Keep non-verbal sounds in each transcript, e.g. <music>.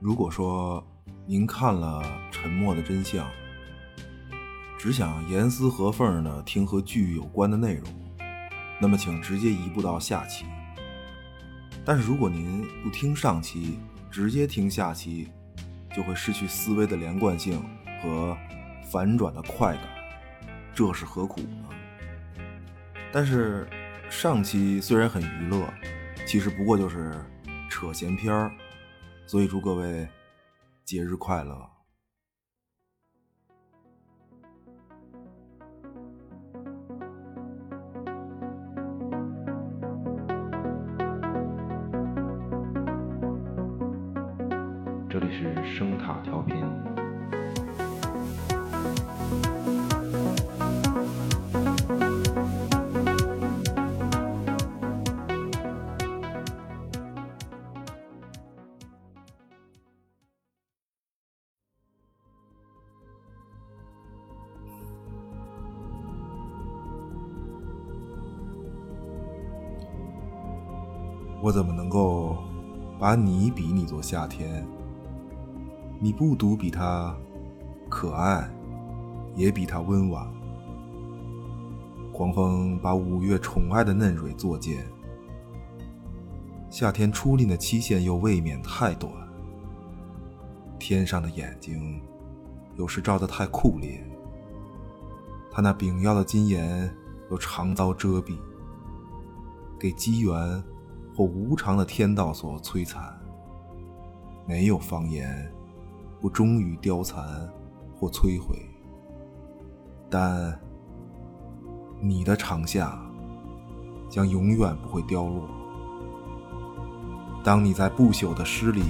如果说您看了《沉默的真相》，只想严丝合缝的听和剧有关的内容，那么请直接移步到下期。但是如果您不听上期，直接听下期，就会失去思维的连贯性和反转的快感，这是何苦呢？但是上期虽然很娱乐，其实不过就是扯闲篇儿，所以祝各位节日快乐。这里是声塔调频。我怎么能够把你比拟作夏天？你不独比它可爱，也比它温婉。狂风把五月宠爱的嫩蕊作践，夏天初临的期限又未免太短。天上的眼睛有时照得太酷烈，它那秉耀的金颜又常遭遮蔽，给机缘或无常的天道所摧残。没有方言不忠于凋残或摧毁，但你的长夏将永远不会凋落。当你在不朽的诗里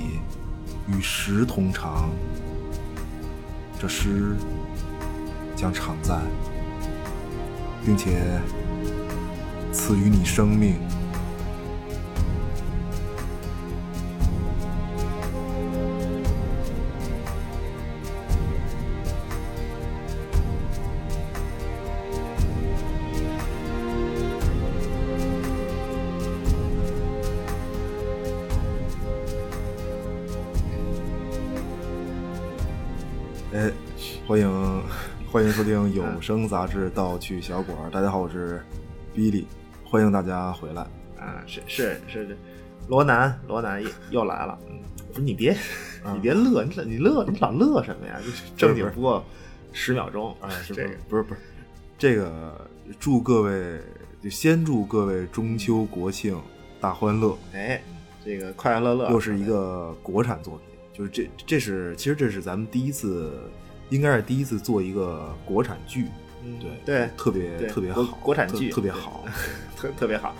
与时同长，这诗将常在，并且赐予你生命。哎，欢迎 <laughs> 欢迎收嗯听有声杂志《盗趣小馆》。大家好，我是 Billy，欢迎大家回来。啊，是是是是，罗南罗南又又来了。嗯，不是你别啊你别乐，你老你乐你老乐什么呀？就是正不经是不过十秒钟 <laughs> 啊，是不这是个不是不是，这个祝各位就先祝各位中秋国庆大欢乐，哎，这个快快乐乐又是一个国产作品，就是这这是其实这是咱们第一次，应该是第一个做一个国产剧，嗯对对特别对特别好国，国产特剧特别对好，特特别好，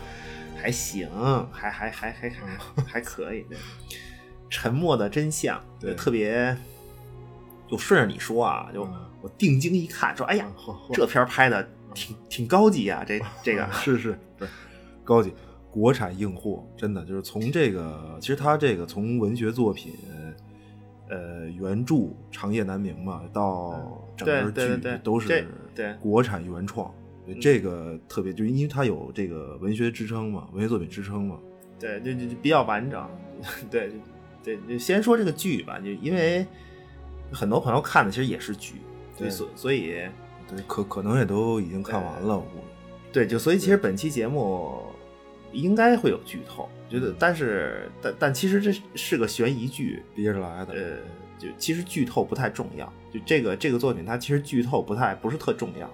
还行，还还还还嗯 <laughs> 还还可以。对，沉默的真相，对特别。就顺着你说啊，就嗯我定睛一看，说哎呀啊嚯嚯，这片儿拍的挺挺高级 <laughs> 啊，这这个是是不是高级国产硬货，真的就是从这个，其实他这个从文学作品，呃，原著《长夜难明》嘛，到整嗯对个对对剧对都是这对嗯国产原创，对这个特别就是因为它有这个文学支撑嘛，文学作品支撑嘛，对，就就就比较完整。 <laughs> 对，对，就先说这个剧吧，就因为很多朋友看的其实也是剧，对对，所所以对，可可能也都已经看完了，我对，就所以其实本期节目应该会有剧透，觉得，但是但但其实这是是个悬疑剧，憋着来的，呃，就其实剧透不太重要，就这个这个作品它其实剧透不太不是特重要，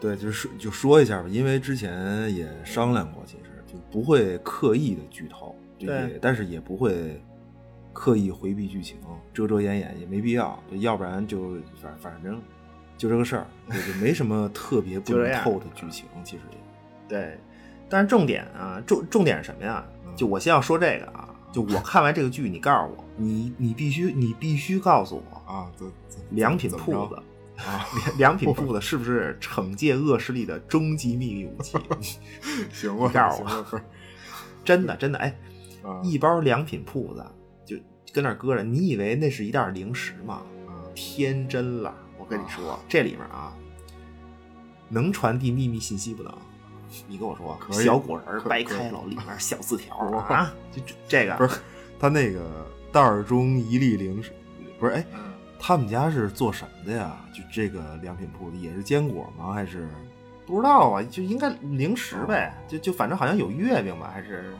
对，就是说就说一下吧，因为之前也商量过，其实就不会刻意的剧透，就对也但是也不会刻意回避剧情，遮遮掩掩也没必要，就要不然就反反正就这个事儿，也就没什么特别不 <laughs> 就这能样透的剧情，其实也对，但是重点啊，重重点是什么呀？就我先要说这个啊，就我 <laughs> 看完这个剧，你告诉我，你你必须你必须告诉我，啊，这良品铺子， <laughs> 啊，良良品铺子是不是惩戒恶势力的终极秘密武器？ <laughs> 行吧你告诉我行真的真的，哎，啊一包良品铺子就跟那儿搁着，你以为那是一袋零食吗？嗯天真了，我跟你说，这里面啊，能传递秘密信息不能？你跟我说，可以小果仁儿可掰可以开了，里面小字条啊，就这这个不是他那个袋儿中一粒零食，不是哎，嗯，他们家是做什么的呀？就这个良品铺也是坚果吗？还是不知道啊，就应该零食呗，就就反正好像有月饼吧，还是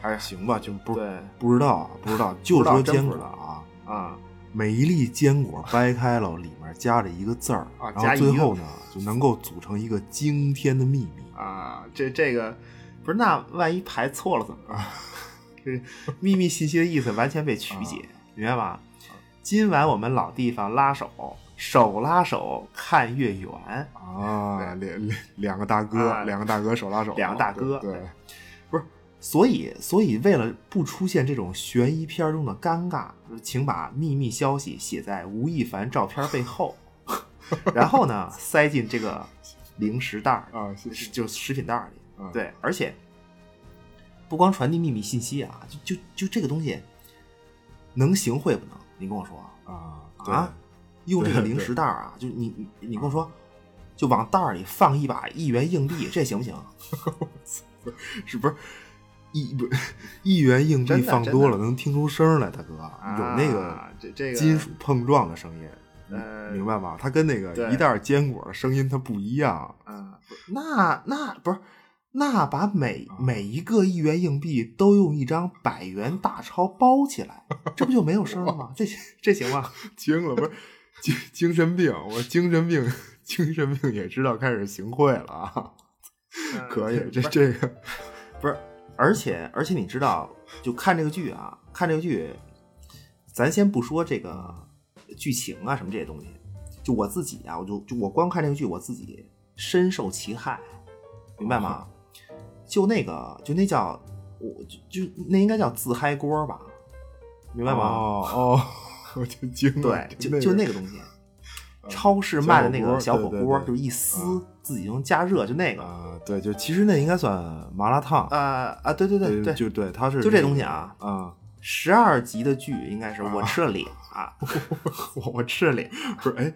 还是行吧？就不对不知道，啊 <laughs> 不知道，就不知道说真坚不果知道啊。啊，每一粒坚果掰开了，里面夹着一个字儿，啊然加后一最个后呢，就能够组成一个惊天的秘密。啊，这这个不是那万一排错了怎么办？ <laughs> 这秘密信息的意思完全被曲解，明白吧？今晚我们老地方拉手，手拉手看月圆。啊，两两两个大哥，啊两个大哥手拉手，两个大哥对，对对所以，所以为了不出现这种悬疑片中的尴尬，呃请把秘密消息写在吴亦凡照片背 <laughs> 后，然后呢塞进这个零食袋儿啊，是是就是食品袋儿里。嗯对，而且不光传递秘密信息啊，就就就这个东西能行贿不能？你跟我说啊啊，啊，用这个零食袋儿啊，就你你你跟我说，就往袋儿里放一把一元硬币，这行 <laughs> 不行？对，是不是一不一元硬币真的放多真了能听出声儿来，大哥，有那个啊这这个金属碰撞的声音，呃明白吗？它跟那个对一袋坚果的声音它不一样。嗯，那那不是，那把每啊每一个一元硬币都用一张百元大钞包起来，这不就没有声 <laughs> 了吗？这这行吗？惊了，不是精精神病，我精神病，精神病也知道开始行贿了啊！可以，这这个不是，而且而且你知道，就看这个剧啊，看这个剧，咱先不说这个剧情啊什么这些东西，就我自己啊，我就就我光看这个剧，我自己深受其害，明白哦吗？就那个就那叫我就就那应该叫自嗨锅吧，明白吗？哦哦， <laughs> 我就惊了对，，就就那个东西，嗯超市卖的那个小小火火锅锅，对对对嗯就是一撕自己能加热，就那个，啊、对，就其实那应该算麻辣烫，呃啊，对对对对，就对，它是就这东西啊啊、十二集的剧应该是我吃了脸 <laughs> 啊，我我吃了脸，不是哎，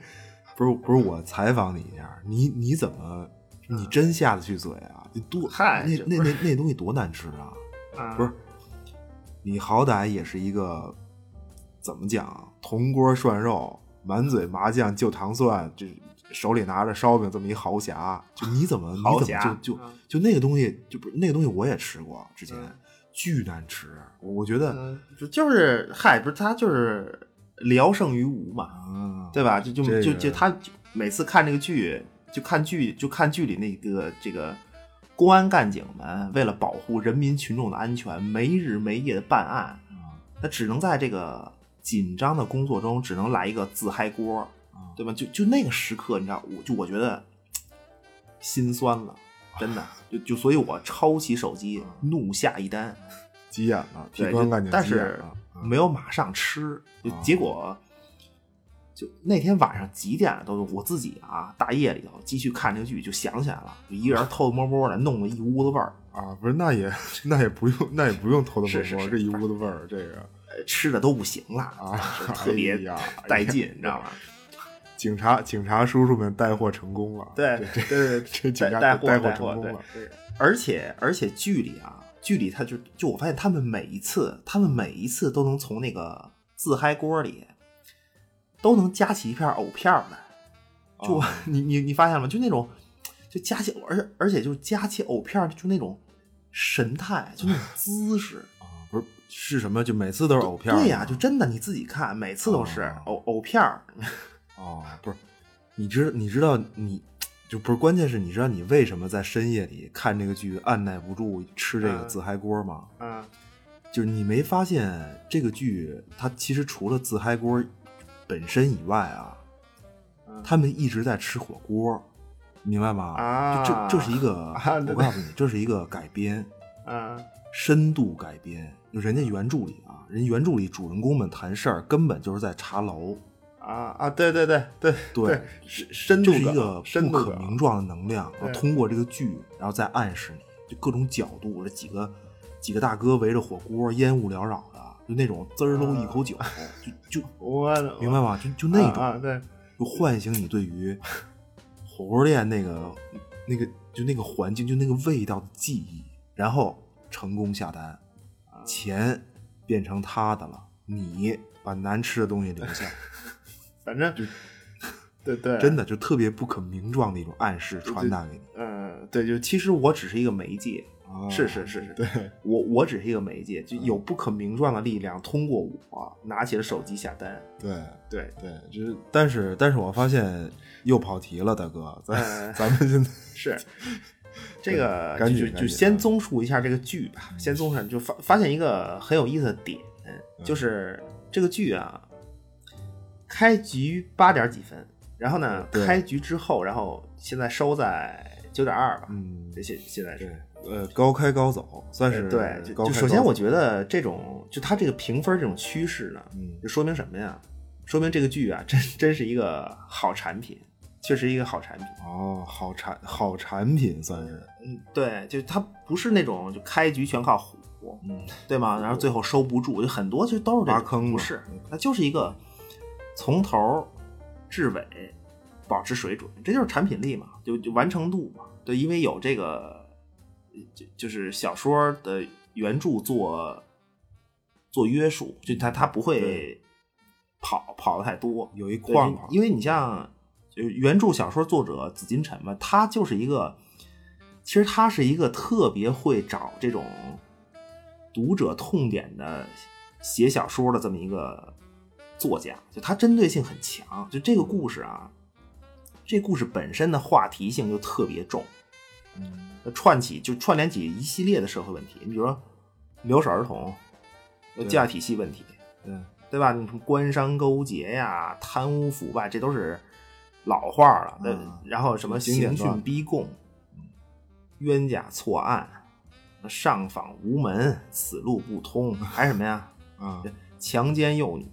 不是不是，我采访你一下，你你怎么你真下得去嘴啊？你多嗯嗨那这不那是那那东西多难吃啊！啊不是，你好歹也是一个怎么讲，铜锅涮肉，满嘴麻酱就糖蒜，这手里拿着烧饼这么一豪侠，就你怎么你怎豪么侠就就嗯就那个东西，就不是那个东西我也吃过，之前嗯巨难吃，啊我我觉得嗯，就就是嗨，不是他就是聊胜于无嘛，啊，对吧？就就这就个就他就每次看这个剧，就看剧就看剧里那个这个公安干警们为了保护人民群众的安全，没日没夜的办案，那只能在这个紧张的工作中，只能来一个自嗨啊锅，对吧？就就那个时刻，你知道，我就我觉得嘖心酸了，真的，啊就就所以，我抄起手机，怒下一单，急眼了，提对，纲就干警但急眼嗯是了，没有马上吃，嗯就啊结果就那天晚上几点了都，我自己啊大夜里头继续看这个剧，就想起来了，就一个人偷偷摸摸的，弄了一屋子味儿，啊，不是那也那也不用那也不用偷偷摸是是摸，是这一屋子味儿，这个呃吃的都不行了， <laughs> 啊是特别哎呀 <laughs> 带劲，你知道吗？警察警察叔叔们带货成功了，对啊这对对对 <laughs> 这警察带带货货带成货功对了，而且而且剧里啊，剧里他就就我发现他们每一次，他们每一次都能从那个自嗨锅里都能夹起一片藕片儿来， <laughs> 就、哦你你你发现了吗？就那种就夹起，而且而且就是夹起藕片儿，就那种神态，就 <laughs> 那种姿势。啊不是是什么？就每次都是藕片儿吗，啊对呀、就真的你自己看，每次都是哦藕藕片儿，哦，不是，你知你知道你就不是，关键是你知道你为什么在深夜里看这个剧按耐不住吃这个嗯自嗨锅吗？嗯就是你没发现这个剧它其实除了自嗨锅本身以外啊，嗯他们一直在吃火锅，明白吗？啊就这这是一个，啊我对告诉你，这是一个改编，嗯深度改编。就人家原著里啊，人原著里主人公们谈事儿根本就是在茶楼，啊啊，对对对对对，深深这度是一梗个深不度可梗名状的能量，然后对通过这个剧，然后再暗示你，就各种角度，这几个几个大哥围着火锅，烟雾缭绕的，就那种滋儿嗯喽一口酒，就 <laughs> 就我的明白吗？就就那种，啊啊对，就唤醒你对于火锅店那个那个就那个环境就那个味道的嗯记忆，然后成功下单，钱变成他的了，你把难吃的东西留下，反正对对，真的就特别不可名状的一种暗示传达给你。嗯，对，就其实我只是一个媒介，啊是是是是，对，我我只是一个媒介，就有不可名状的力量通过我拿起了手机下单。对对， <laughs> 对，就是但是但是我发现又跑题了，大哥，嗯咱咱们 <laughs> 现在 <laughs> 是这个赶紧就赶就就紧先啊综述一下这个剧吧，先综述一下就发发现一个很有意思的点，嗯就是这个剧啊，开局八点几分，然后呢对开局之后，然后现在收在九点二吧，嗯，这现现在是。对，呃，高开高走，算是呃对，就高就开首先高我走觉得这种就它这个评分这种趋势呢，嗯就说明什么呀？说明这个剧啊，真真是一个好产品，确实一个好产品。哦，好产好产品算是，嗯，对，就它不是那种就开局全靠唬，嗯，对吗？然后最后收不住，就很多就都是这挖种坑不嘛是，它就是一个从头至尾保持水准，这就是产品力嘛，就就完成度嘛。对，因为有这个，就就是小说的原著做做约束，就它它不会对跑跑的太多，有一对框框，因为你像就是原著小说作者紫金陈嘛，他就是一个，其实他是一个特别会找这种读者痛点的写小说的这么一个作家，就他针对性很强。就这个故事啊，这故事本身的话题性就特别重，嗯串起就串联起一系列的社会问题，你比如说留守儿童、对教育体系问题，对对吧？你什么官商勾结呀、贪污腐败，这都是老话儿了。对嗯然后什么经典刑段讯子逼供、冤假错案、上访无门、此路不通，还有什么呀？啊，强奸幼女，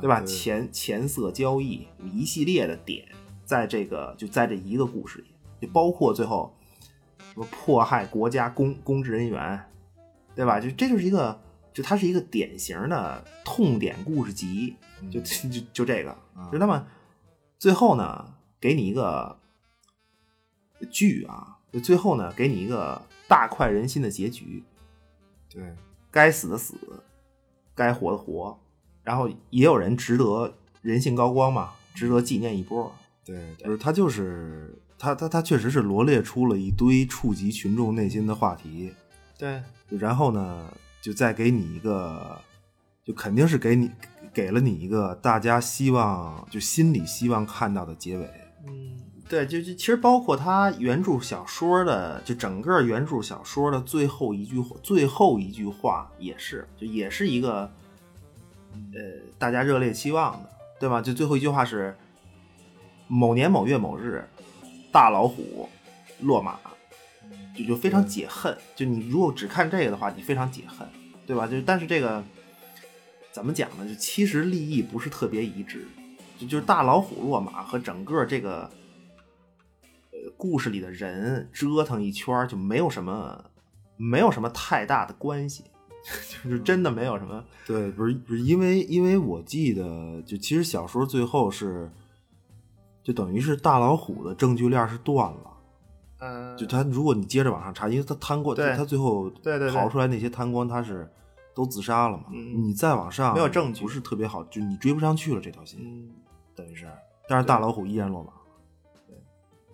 对吧？对钱钱色交易一系列的点，在这个就在这一个故事里，就包括最后什么迫害国家公公职人员，对吧？就这就是一个，就它是一个典型的痛点故事集，嗯就就就这个，啊就那么最后呢，给你一个剧啊，就最后呢，给你一个大快人心的结局，对，该死的死，该活的活，然后也有人值得人性高光嘛，值得纪念一波。对，就是他就是他他他确实是罗列出了一堆触及群众内心的话题，对，然后呢，就再给你一个，就肯定是给你给了你一个大家希望就心里希望看到的结尾，嗯，对，就就其实包括他原著小说的，就整个原著小说的最后一句话，最后一句话也是，就也是一个，呃，大家热烈期望的，对吧？就最后一句话是某年某月某日，大老虎落马，就就嗯非常解恨。就你如果只看这个的话，你非常解恨，对吧？就但是这个怎么讲呢？就其实立意不是特别一致，就就是大老虎落马和整个这个呃故事里的人折腾一圈儿就没有什么没有什么太大的关系，就是真的没有什么对，不是不是，因为因为我记得，就其实小说最后是，就等于是大老虎的证据链是断了。嗯就他，如果你接着往上查，因为他贪官，对他最后对对对逃出来那些贪官，他是都自杀了嘛？嗯你再往上没有证据不是特别好，就你追不上去了这条线，嗯等于是。但是大老虎依然落马。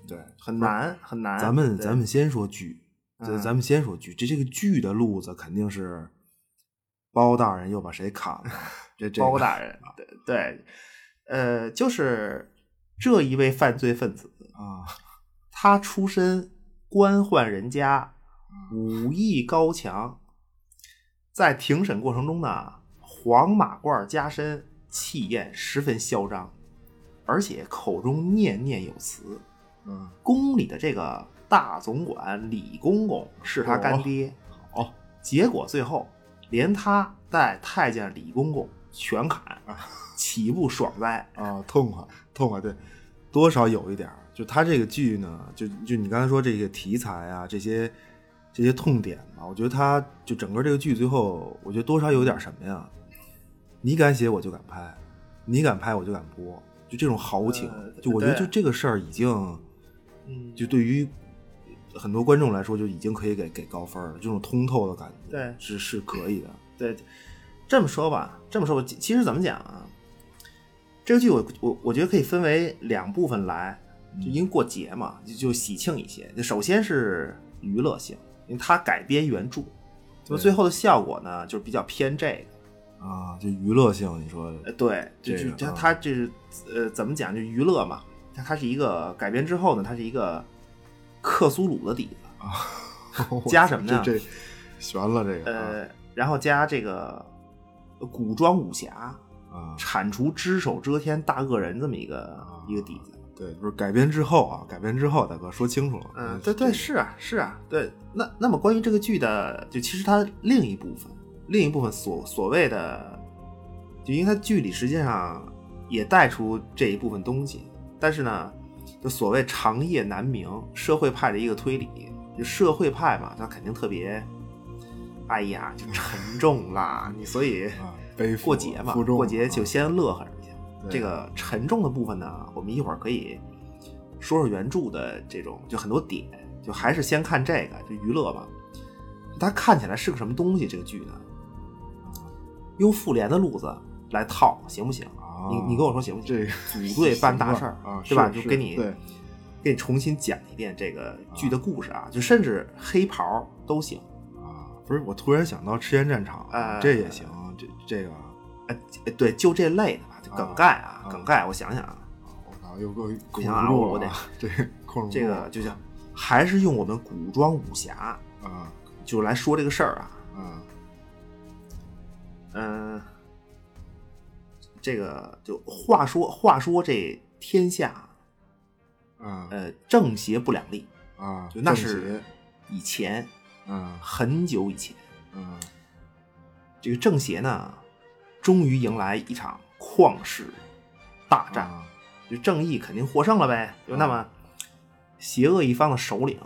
对很难很难，咱们对咱们先说剧，咱嗯咱们先说剧，这这个剧的路子肯定是包大人又把谁砍 <laughs> 了，这这个啊包大人对对，呃，就是这一位犯罪分子，啊，他出身官宦人家，嗯武艺高强，在庭审过程中呢，黄马褂加身，气焰十分嚣张，而且口中念念有词。嗯，宫里的这个大总管李公公是他干爹，好，结果最后连他带太监李公公全砍， <laughs> 岂不爽哉？啊，痛快，痛快，对，多少有一点儿。就他这个剧呢，就就你刚才说这个题材啊，这些这些痛点吧，我觉得他就整个这个剧最后，我觉得多少有点儿什么呀？你敢写我就敢拍，你敢拍我就敢播，就这种豪情。呃就我觉得对就这个事儿已经，嗯就对于很多观众来说，就已经可以给给高分儿了。这种通透的感觉，对是是可以的。对，这么说吧，这么说吧，其其实怎么讲啊？这个剧我我我觉得可以分为两部分来，就因为过节嘛，就就喜庆一些。就首先是娱乐性，因为它改编原著，那么对最后的效果呢，就是比较偏这个。啊，就娱乐性，你说呃，对，就这就个它啊它这是呃怎么讲，就娱乐嘛。它它是一个改编之后呢，它是一个克苏鲁的底子， <laughs> 加什么呢这这悬了这个啊，呃，然后加这个呃古装武侠，啊，铲除只手遮天大恶人这么一个、啊一个底子。对，就是改编之后啊，改编之后，大哥说清楚了，嗯，对对，是啊是啊，对。那那么关于这个剧的，就其实它另一部分，另一部分所所谓的，就因为它剧里实际上也带出这一部分东西，但是呢，就所谓长夜难明，社会派的一个推理，就社会派嘛，他肯定特别，哎呀，就沉重啦，你所以啊，背负过节嘛，负重过节就啊先乐呵一下。对这个沉重的部分呢，我们一会儿可以说说原著的这种，就很多点，就还是先看这个，就娱乐吧。它看起来是个什么东西？这个剧呢，用复联的路子来套行不行？啊你你跟我说行不行？这个 <laughs> 组队办大事儿行吧啊对吧？是就是给你对给你重新讲一遍这个剧的故事啊，就甚至黑袍都行。啊，不是，我突然想到《赤焰战场》呃这也行，这这个，呃对，就这类的吧，就梗概啊，啊梗概，我想想啊，我靠，又够控制行不啊住我了啊， <laughs> 这个控制这不住个了就叫还是用我们古装武侠啊就来说这个事儿啊，啊嗯、这个就话说话说这天下，啊呃，正邪不两立，啊，就那正是邪以前啊很久以前，啊这个正邪呢，终于迎来一场旷世大战，啊就正义肯定获胜了呗，就那么邪恶一方的首领。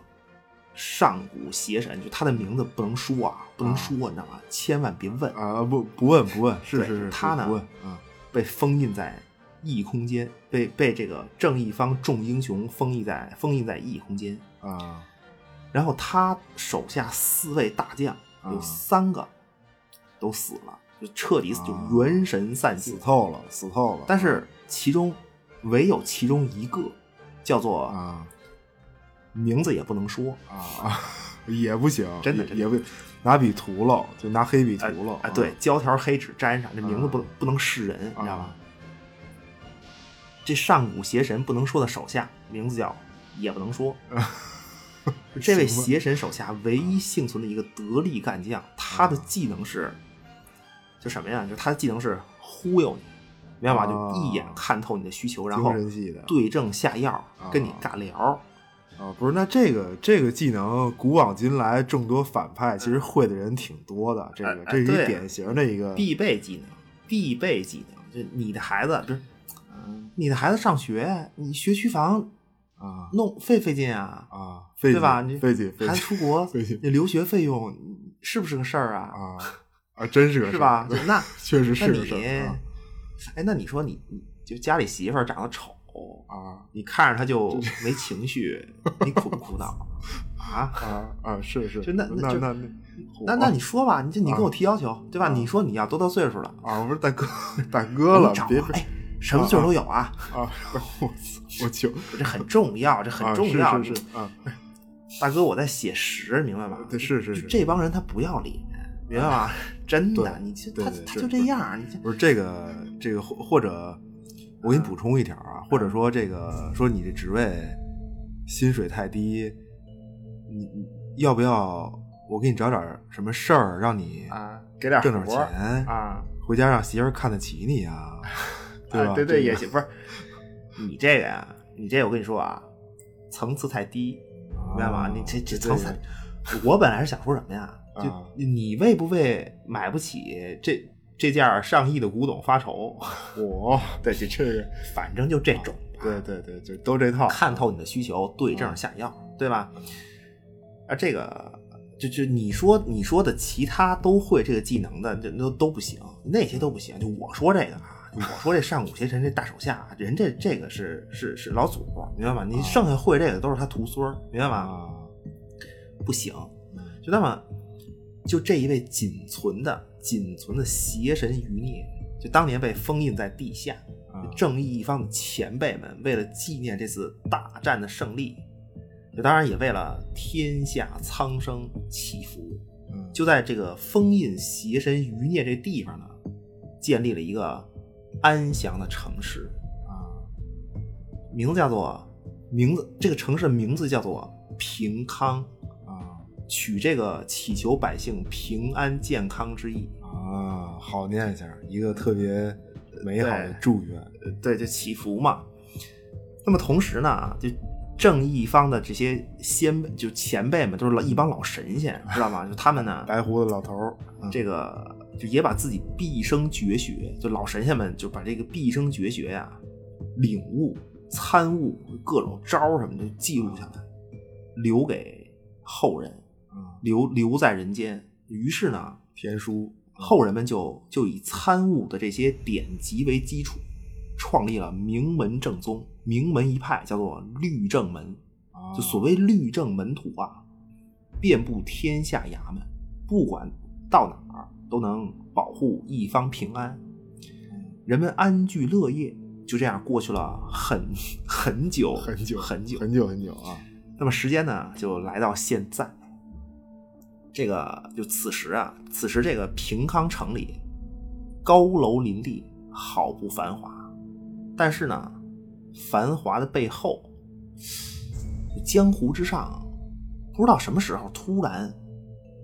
上古邪神，就他的名字不能说啊，不能啊说，你知道吗？千万别问啊不不问不问，是对是是，他呢不问啊被封印在异空间，被被这个正义方众英雄封印在封印在异空间。啊然后他手下四位大将啊有三个都死了，就彻底死，啊就元神散死尽。透了死透了，但是其中唯有其中一个叫做、啊名字也不能说，啊啊 <laughs> 也不行，真的也真的也不拿笔涂了，就拿黑笔涂了啊，对，胶条黑纸粘上，这名字不、啊不能示人，你知道啊吧？这上古邪神不能说的手下名字叫也不能说。呃这位邪神手下唯一幸存的一个得力干将，他的技能是，就什么呀？就他的技能是忽悠你，明白吧？啊就一眼看透你的需求，然精后神系的对症下药，跟你啊尬聊。啊，不是，那这个这个技能，古往今来众多反派其实会的人挺多的，这个哎这是对一啊典型的一个必备技能，必备技能，就你的孩子不是，嗯你的孩子上学，你学区房啊弄费费劲啊，啊，费对劲吧？你费劲费孩子劲出国费劲，你留学费用是不是个事儿啊？啊啊，真是个是事儿吧？就对那 <laughs> 确实那是个事你儿，啊哎，那你说你你就家里媳妇儿长得丑，啊啊你看着她就没 <laughs> 情绪，你苦不苦恼啊？啊啊，是是，就那那那就那那那你说吧，你就你跟啊我提要求，对吧？你说你要多大岁数了？啊，我说大哥 <laughs> 大我哥给了你找，别啊别哎，什么岁数都有啊。啊，我操我求这很重要，这很啊重要。是是是啊大哥，我在写实，明白吧？对是是就是这帮人他不要脸，明白吧？真的，对你就对他对他是就这样，你就不是这个这个或或者我给你补充一条啊，或者说这个说你这职位薪水太低，你你要不要我给你找点儿什么事儿让你啊给点挣点活儿钱，啊，回家让媳妇儿看得起你啊，对吧？啊对对这也个行，不是你这个呀，你这个我跟你说啊，层次太低，明白吗？啊你这这这层次太，我本来是想说什么呀？就啊你为不为买不起这这件上亿的古董发愁？我哦对这这 <laughs> 个，反正就这种吧。对对对，就都这套看透你的需求，对症下药，对吧？啊，这个就就你说你说的其他都会这个技能的，这都都不行，那些都不行。就我说这个啊，就我说这上古邪神这大手下，啊人这这个是是是老祖宗，明白吗？你剩下会这个都是他徒孙儿，明白吗？啊，嗯不行，就那么就这一位仅存的仅存的邪神余孽，就当年被封印在地下。啊正义一方的前辈们为了纪念这次大战的胜利，就当然也为了天下苍生祈福，嗯就在这个封印邪神余孽这地方呢，建立了一个安详的城市，啊名字叫做名字这个城市的名字叫做平康，啊取这个祈求百姓平安健康之意。啊！好念一下，一个特别美好的祝愿对，就祈福嘛。那么同时呢，啊就正义方的这些先辈就前辈们，都是老一帮老神仙，知道吗？就他 <laughs> 们呢，白胡子老头儿，这个就也把自己毕生绝学，就老神仙们就把这个毕生绝学呀、领悟、参悟各种招儿什么的记录下来，留给后人，嗯，留留在人间。于是呢，天书后人们就就以参悟的这些典籍为基础，创立了名门正宗，名门一派叫做律政门。啊就所谓律政门徒啊，遍布天下衙门，不管到哪儿都能保护一方平安，人们安居乐业。就这样过去了很很久很久很久嗯很久很久啊，那么时间呢，就来到现在。这个就此时啊，此时这个平康城里高楼林立，好不繁华。但是呢，繁华的背后，江湖之上，不知道什么时候突然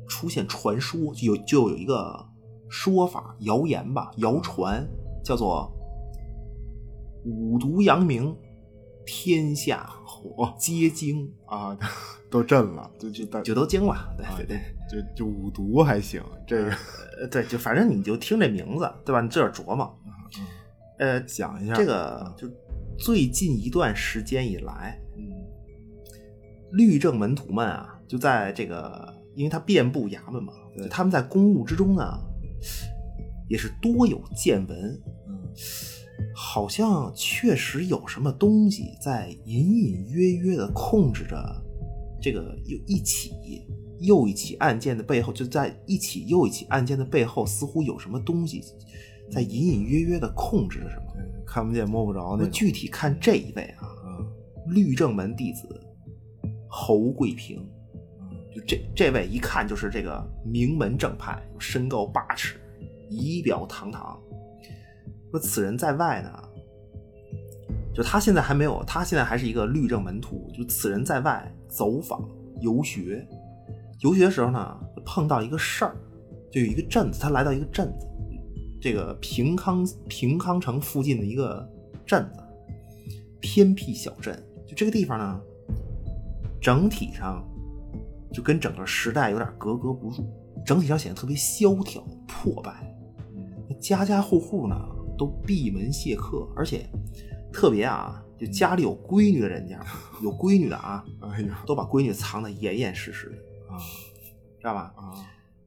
出现传说，就有就有一个说法，谣言吧，谣传叫做“五毒扬名，天下皆惊”。啊， <laughs> 都震了，就就大就都惊了，啊对对对，就就五毒还行，这个呃对，就反正你就听这名字，对吧？你自个儿琢磨。呃，嗯想一下这个就最近一段时间以来，嗯律政门徒们啊，就在这个，因为他遍布衙门嘛，对就他们在公务之中呢，也是多有见闻，嗯好像确实有什么东西在隐隐约约的控制着这个又一起又一起案件的背后，就在一起又一起案件的背后，似乎有什么东西在隐隐约约的控制着什么。对，看不见摸不着我那种们具体看这一位啊，嗯律政门弟子侯贵平，嗯就这这位一看就是这个名门正派，身高八尺，仪表堂堂。说此人在外呢，就他现在还没有，他现在还是一个律政门徒。就此人在外走访游学，游学的时候呢，碰到一个事儿，就有一个镇子，他来到一个镇子，这个平康平康城附近的一个镇子，偏僻小镇。就这个地方呢，整体上就跟整个时代有点格格不入，整体上显得特别萧条破败。嗯家家户户呢都闭门谢客，而且特别啊，就家里有闺女的人家，有闺女的啊，哎呀都把闺女藏得严严实实的，啊知道吧？啊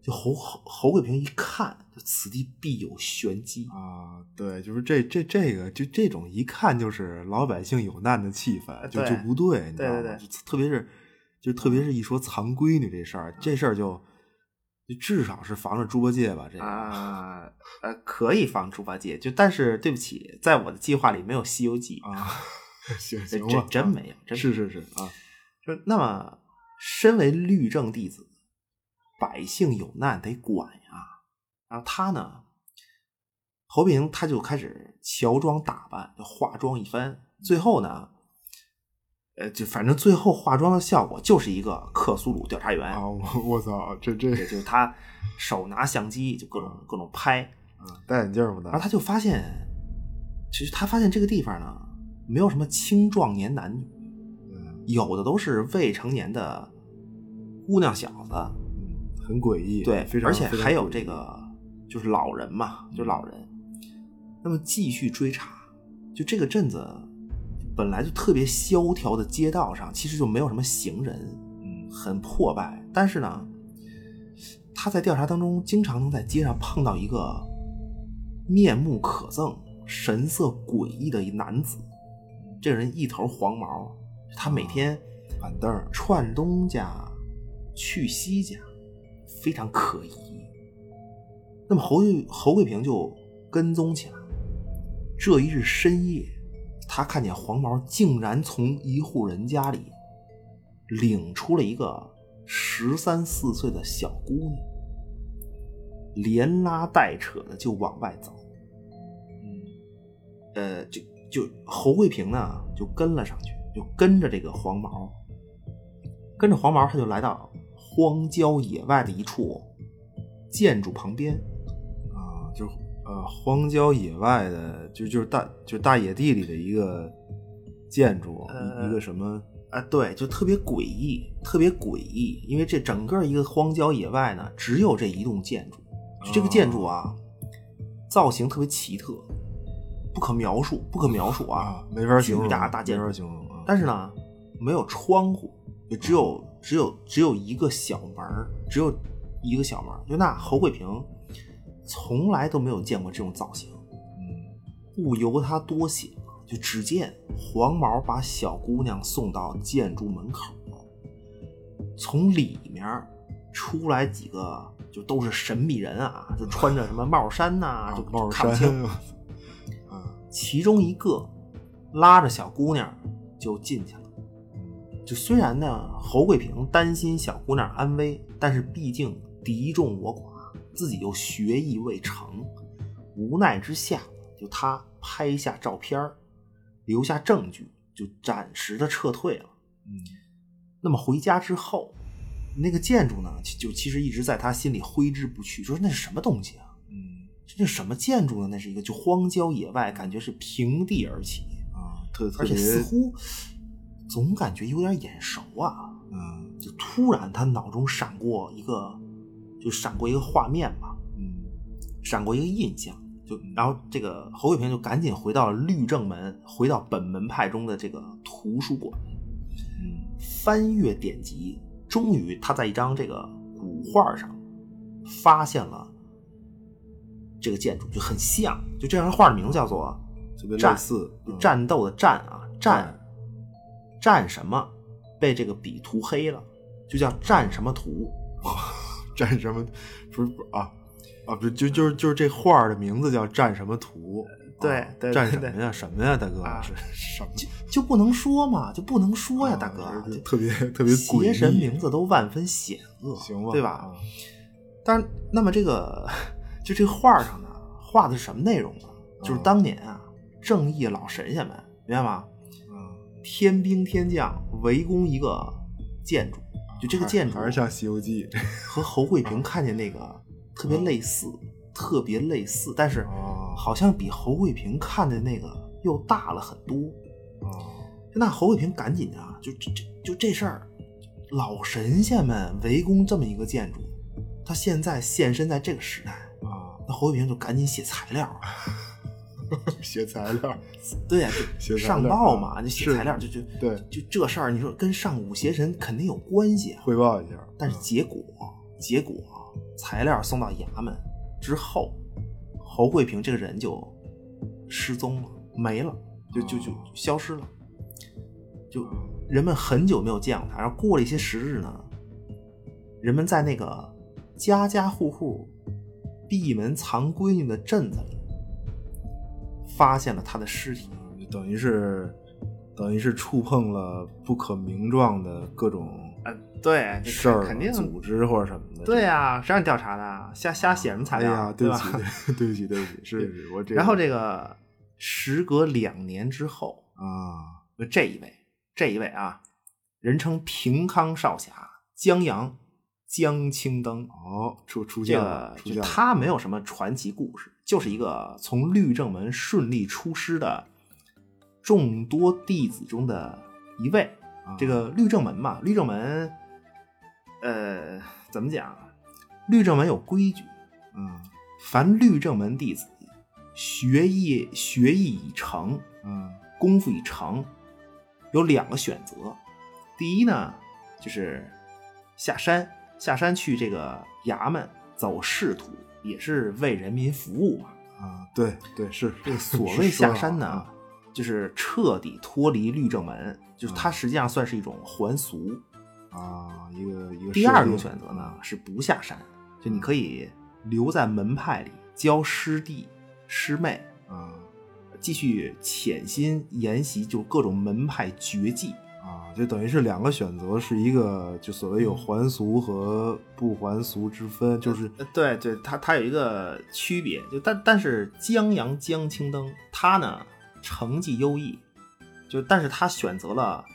就侯侯侯桂平一看，就此地必有玄机。啊，对，就是这这这个就这种一看就是老百姓有难的气氛，就对就不对，你知对道吗？对对就特别是就特别是一说藏闺女这事儿，这事儿就就至少是防着猪八戒吧，这个啊，呃，可以放猪八戒，就但是对不起，在我的计划里没有《西游记》啊， <laughs> 行这行吧，真没有，真没有是是是啊，说那么，身为律政弟子，百姓有难得管呀。然后他呢，侯炳他就开始乔装打扮，就化妆一嗯番。最后呢，呃，就反正最后化妆的效果就是一个克苏鲁调查员，啊，我我操，这这也就是他手拿相机就各嗯种各种拍。戴眼镜儿不然后戴，他就发现，其实他发现这个地方呢，没有什么青壮年男女，有的都是未成年的姑娘小子，嗯，很诡异，对非，常而且非常还诡有异这个就是老人嘛，就老人。那么继续追查，就这个镇子本来就特别萧条的街道上，其实就没有什么行人，嗯，很破败。但是呢，他在调查当中经常能在街上碰到一个面目可憎、神色诡异的一男子。这个人一头黄毛，他哦每天板凳儿串东家去西家，非常可疑。那么侯玉侯桂平就跟踪起来。这一日深夜，他看见黄毛竟然从一户人家里领出了一个十三四岁的小姑娘，连拉带扯的就往外走。嗯呃，就就侯桂平呢，就跟了上去，就跟着这个黄毛，跟着黄毛，他就来到荒郊野外的一处建筑旁边。啊，就呃荒郊野外的，就就是大就大野地里的一个建筑，一呃一个什么啊，对，就特别诡异，特别诡异，因为这整个一个荒郊野外呢，只有这一栋建筑，就这个建筑啊，造型特别奇特，不可描述，不可描述啊啊，，没法巨形容，大大建没法筑，形容啊。但是呢，没有窗户，就只有只有只有一个小门儿，只有一个小门儿。就那侯桂平从来都没有见过这种造型，嗯不由他多想，就只见黄毛把小姑娘送到建筑门口，从里面出来几个。就都是神秘人啊，就穿着什么帽衫呐、啊就帽就看不清衫，其中一个拉着小姑娘就进去了。就虽然呢，侯桂平担心小姑娘安危，但是毕竟敌众我寡，自己又学艺未成，无奈之下，就他拍下照片儿留下证据，就暂时的撤退了。那么回家之后，那个建筑呢，其就其实一直在他心里挥之不去，说那是什么东西啊？ <laughs> 嗯这是什么建筑呢？那是一个就荒郊野外，感觉是平地而起，啊，特特而且别似乎总感觉有点眼熟啊。嗯就突然他脑中闪过一个，就闪过一个画面吧，嗯闪过一个印象。就然后这个侯桂平就赶紧回到了律政门，回到本门派中的这个图书馆，嗯翻阅典籍，终于他在一张这个古画上发现了这个建筑，就很像。就这张画的名字叫做特别类战似“嗯战斗”的“战”啊，“战”战什么被这个笔涂黑了，就叫“战什么图战什么？不是不是啊啊，不是就就是就是这画儿的名字叫战什么图？呃对啊对战对什对么呀？什么呀，大哥？啊是什么”，就不能说嘛，就不能说呀，啊大哥，就是就特别特别诡邪神异名字都万分险恶，行吧？啊对吧？？但那么这个 <laughs> 就这画上呢，画的是什么内容呢？就是嗯当年啊，正义老神仙们，明白吗？嗯，天兵天将围攻一个建筑，就这个还建筑还是像《西游记》和侯桂平看见那个特别类似，嗯特别类似，但是哦好像比侯桂平看的那个又大了很多。啊那侯桂平赶紧啊，就这这就这事儿，老神仙们围攻这么一个建筑，他现在现身在这个时代，啊， <laughs> 那侯桂平就赶紧写材料啊，写材料，对呀、写就材料上报嘛，你写是材料就就对就这事儿，你说跟上古邪神肯定有关系啊。汇报一下。但是结果，结果材料送到衙门之后，侯桂平这个人就失踪了，没了，就就就消失了，就人们很久没有见过他。然后过了一些时日呢，人们在那个家家户户闭门藏闺女的镇子里，发现了他的尸体。嗯就等于是等于是触碰了不可名状的各种啊对事儿、组织或者什么的。对啊，谁让你调查的？瞎瞎写什么材哎料？啊呀，对不吧？起，对 <laughs> 对不起，对不起，是是我这然后这个时隔两年之后，啊，就这一位，这一位啊，人称平康少侠江阳江青灯，哦，出出这现了个，出就现了，嗯他没有什么传奇故事，就是一个从律政门顺利出师的众多弟子中的一位。啊这个律政门嘛，律政门，呃，怎么讲啊？律政门有规矩，嗯凡律政门弟子学艺学艺已成，嗯功夫已成，有两个选择。第一呢，就是下山，下山去这个衙门走仕途，也是为人民服务嘛。啊，对对 <laughs> 是啊这所谓下山呢，，就是彻底脱离律政门，就是它实际上算是一种还俗。啊，一个一个第设二种定选择呢，是不下山，就你可以留在门派里教师弟师妹，啊继续潜心研习就各种门派绝技。啊，就等于是两个选择，是一个就所嗯谓有还俗和不还俗之分，就是呃对对，它它有一个区别，就但但是江阳江青灯他呢成绩优异，就但是他选择了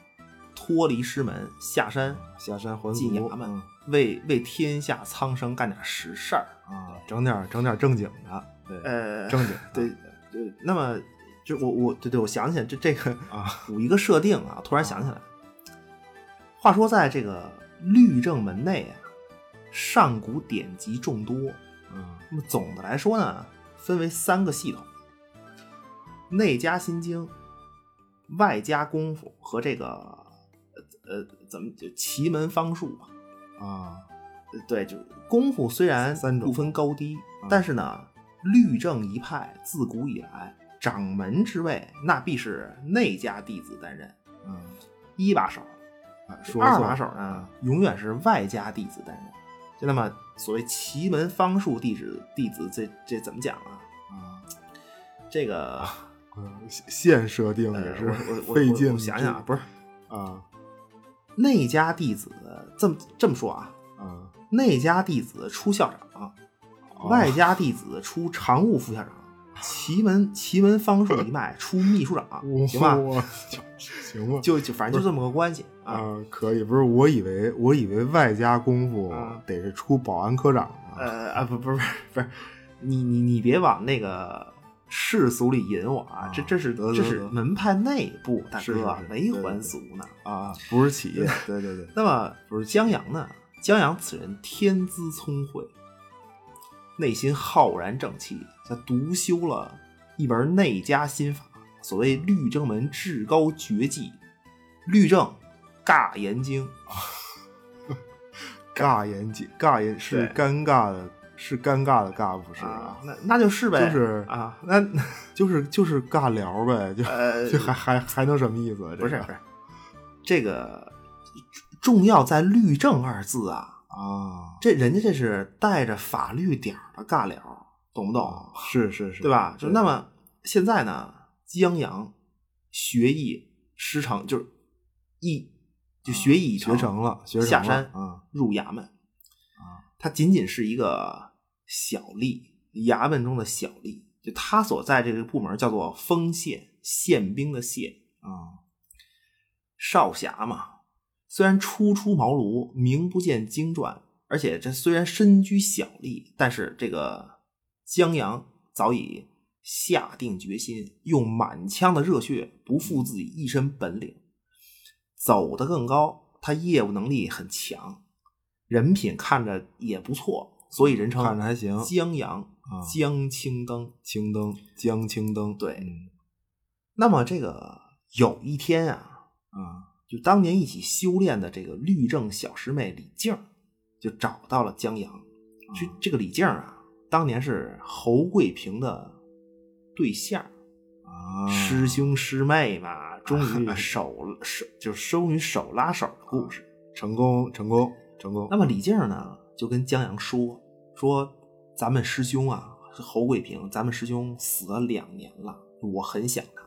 脱离师门下山下山还进俗衙门嗯，为为天下苍生干点实事儿。啊，整点整点正经的，对，呃，正经的 <laughs> 对对，那么就我我对对，我想起来这这个啊有一个设定啊，突然想起来，话说在这个律政门内啊，上古典籍众多，嗯那么总的来说呢，分为三个系统：内加心经、外加功夫和这个呃呃怎么就奇门方术吧。啊呃对，就功夫虽然三种嗯不分高低，但是呢，律政一派自古以来掌门之位那必是内家弟子担任，嗯，一把手，啊说二错把了手呢永远是外家弟子担任。就那么所谓奇门方术弟子弟子，这这怎么讲啊？啊，这个嗯现设定呃也是我 <laughs> 我我费我劲，我想想啊，不是啊内家弟子这么这么说啊，啊，内家弟子出校长，哦外家弟子出常务副校长，啊奇门奇门方术一脉出秘书我长，啊 <laughs> 行吧？ <laughs> 我行吧，就就反正就这么个关系啊。啊可以，不是我以为我以为外加功夫啊得是出保安科长呢，呃啊不不不是不是，你你你别往那个世俗里引我啊啊，这这是得得这是得门派内部，大是是哥是没对对还对俗呢。啊，不是企业，对对对，那么不是江阳呢？江阳此人天资聪慧，内心浩然正气，他独修了一门内家心法，所谓律政门至高绝技《律政尬言经》。尬演解尬演是对尴尬的，是尴尬的尬，不是啊，那那就是呗，就是 <laughs> 啊，那就是就是尬聊呗，就呃就还还还能什么意思啊？这不是个不是，这个重要在“律政”二字啊，啊，这人家这是带着法律点儿的尬聊，懂不懂？啊是是是，对吧？就嗯对那么现在呢，江阳学艺师承，就是艺就学艺已啊学成了，学成啊下了山啊入衙门他仅仅是一个小吏，衙门中的小吏，就他所在这个部门叫做丰县，宪兵的宪，啊少侠嘛，虽然初出茅庐，名不见经传，而且这虽然身居小吏，但是这个江阳早已下定决心，用满腔的热血，不负自己一身本领，走得更高。他业务能力很强，人品看着也不错，所以人称看着还行江阳啊江青灯。青灯江青灯，对嗯那么这个有一天啊，啊就当年一起修炼的这个律政小师妹李静儿，就找到了江阳。啊这这个李静儿啊，当年是侯贵平的对象，啊师兄师妹嘛，终 <laughs> 于手手就终于手拉手的故事。成功 <laughs> 成功成功那么李静儿呢，就跟江阳说说，咱们师兄啊，侯贵平，咱们师兄死了两年了，我很想他。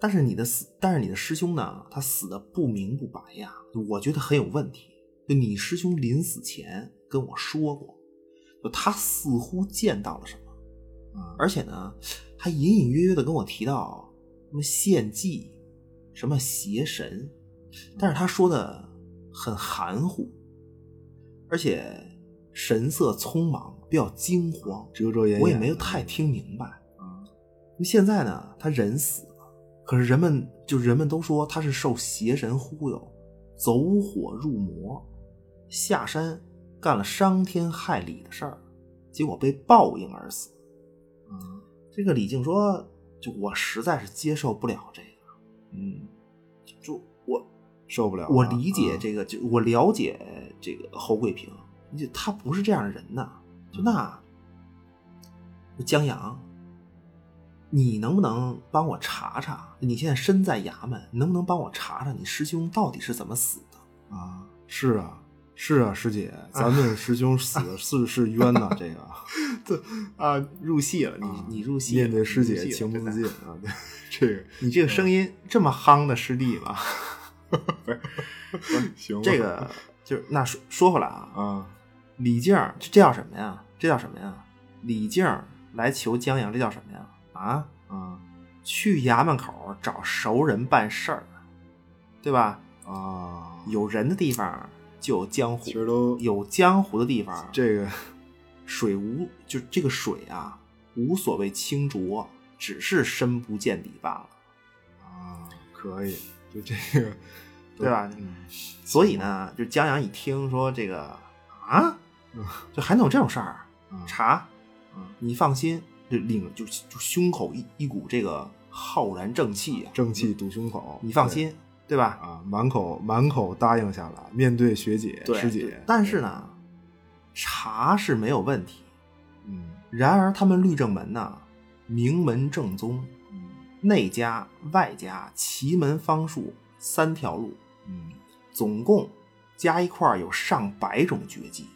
但是你的死，但是你的师兄呢，他死的不明不白呀，我觉得很有问题。就你师兄临死前跟我说过，就他似乎见到了什么，啊而且呢，还隐隐约约的跟我提到什么献祭，什么邪神，但是他说的很含糊，而且神色匆忙，比较惊慌，遮遮掩掩，我也没有太听明白。啊那现在呢，他人死了，可是人们就人们都说他是受邪神忽悠，走火入魔，下山干了伤天害理的事儿，结果被报应而死。嗯这个李靖说：“就我实在是接受不了这个，嗯就我受不了了，我理解啊这个，就我了解这个侯贵平，就他不是这样的人呐。嗯就那江阳，你能不能帮我查查？你现在身在衙门，你能不能帮我查查你师兄到底是怎么死的？啊是啊是啊，师 <laughs> 姐，咱们师兄死的是是冤呐，这个 <laughs> 啊，入戏了，你、啊你入戏了，面对师你入姐戏了情不真的自禁啊，对嗯这个 <laughs> 你这个声音这么夯的师弟吗？行吧 <laughs> 这个就是那说说回来啊，啊，李靖儿这这叫什么呀？这叫什么呀？李靖儿来求江阳，这叫什么呀？啊啊去衙门口找熟人办事儿，对吧？啊，有人的地方就有江湖其，实都有江湖的地方，这个水无就这个水啊，无所谓清浊，只是深不见底罢了。啊可以，就这个对吧嗯所以呢，就江阳一听说这个啊，就还能有这种事儿？啊嗯查嗯，你放心，就领就就胸口一一股这个浩然正气啊，正气堵胸口，你放对心，对吧？啊，满口满口答应下来，面对学姐对师姐，但是呢，查是没有问题。嗯然而他们律政门呢，名门正宗，嗯内家外家奇门方术三条路，嗯总共加一块儿有上百种绝技。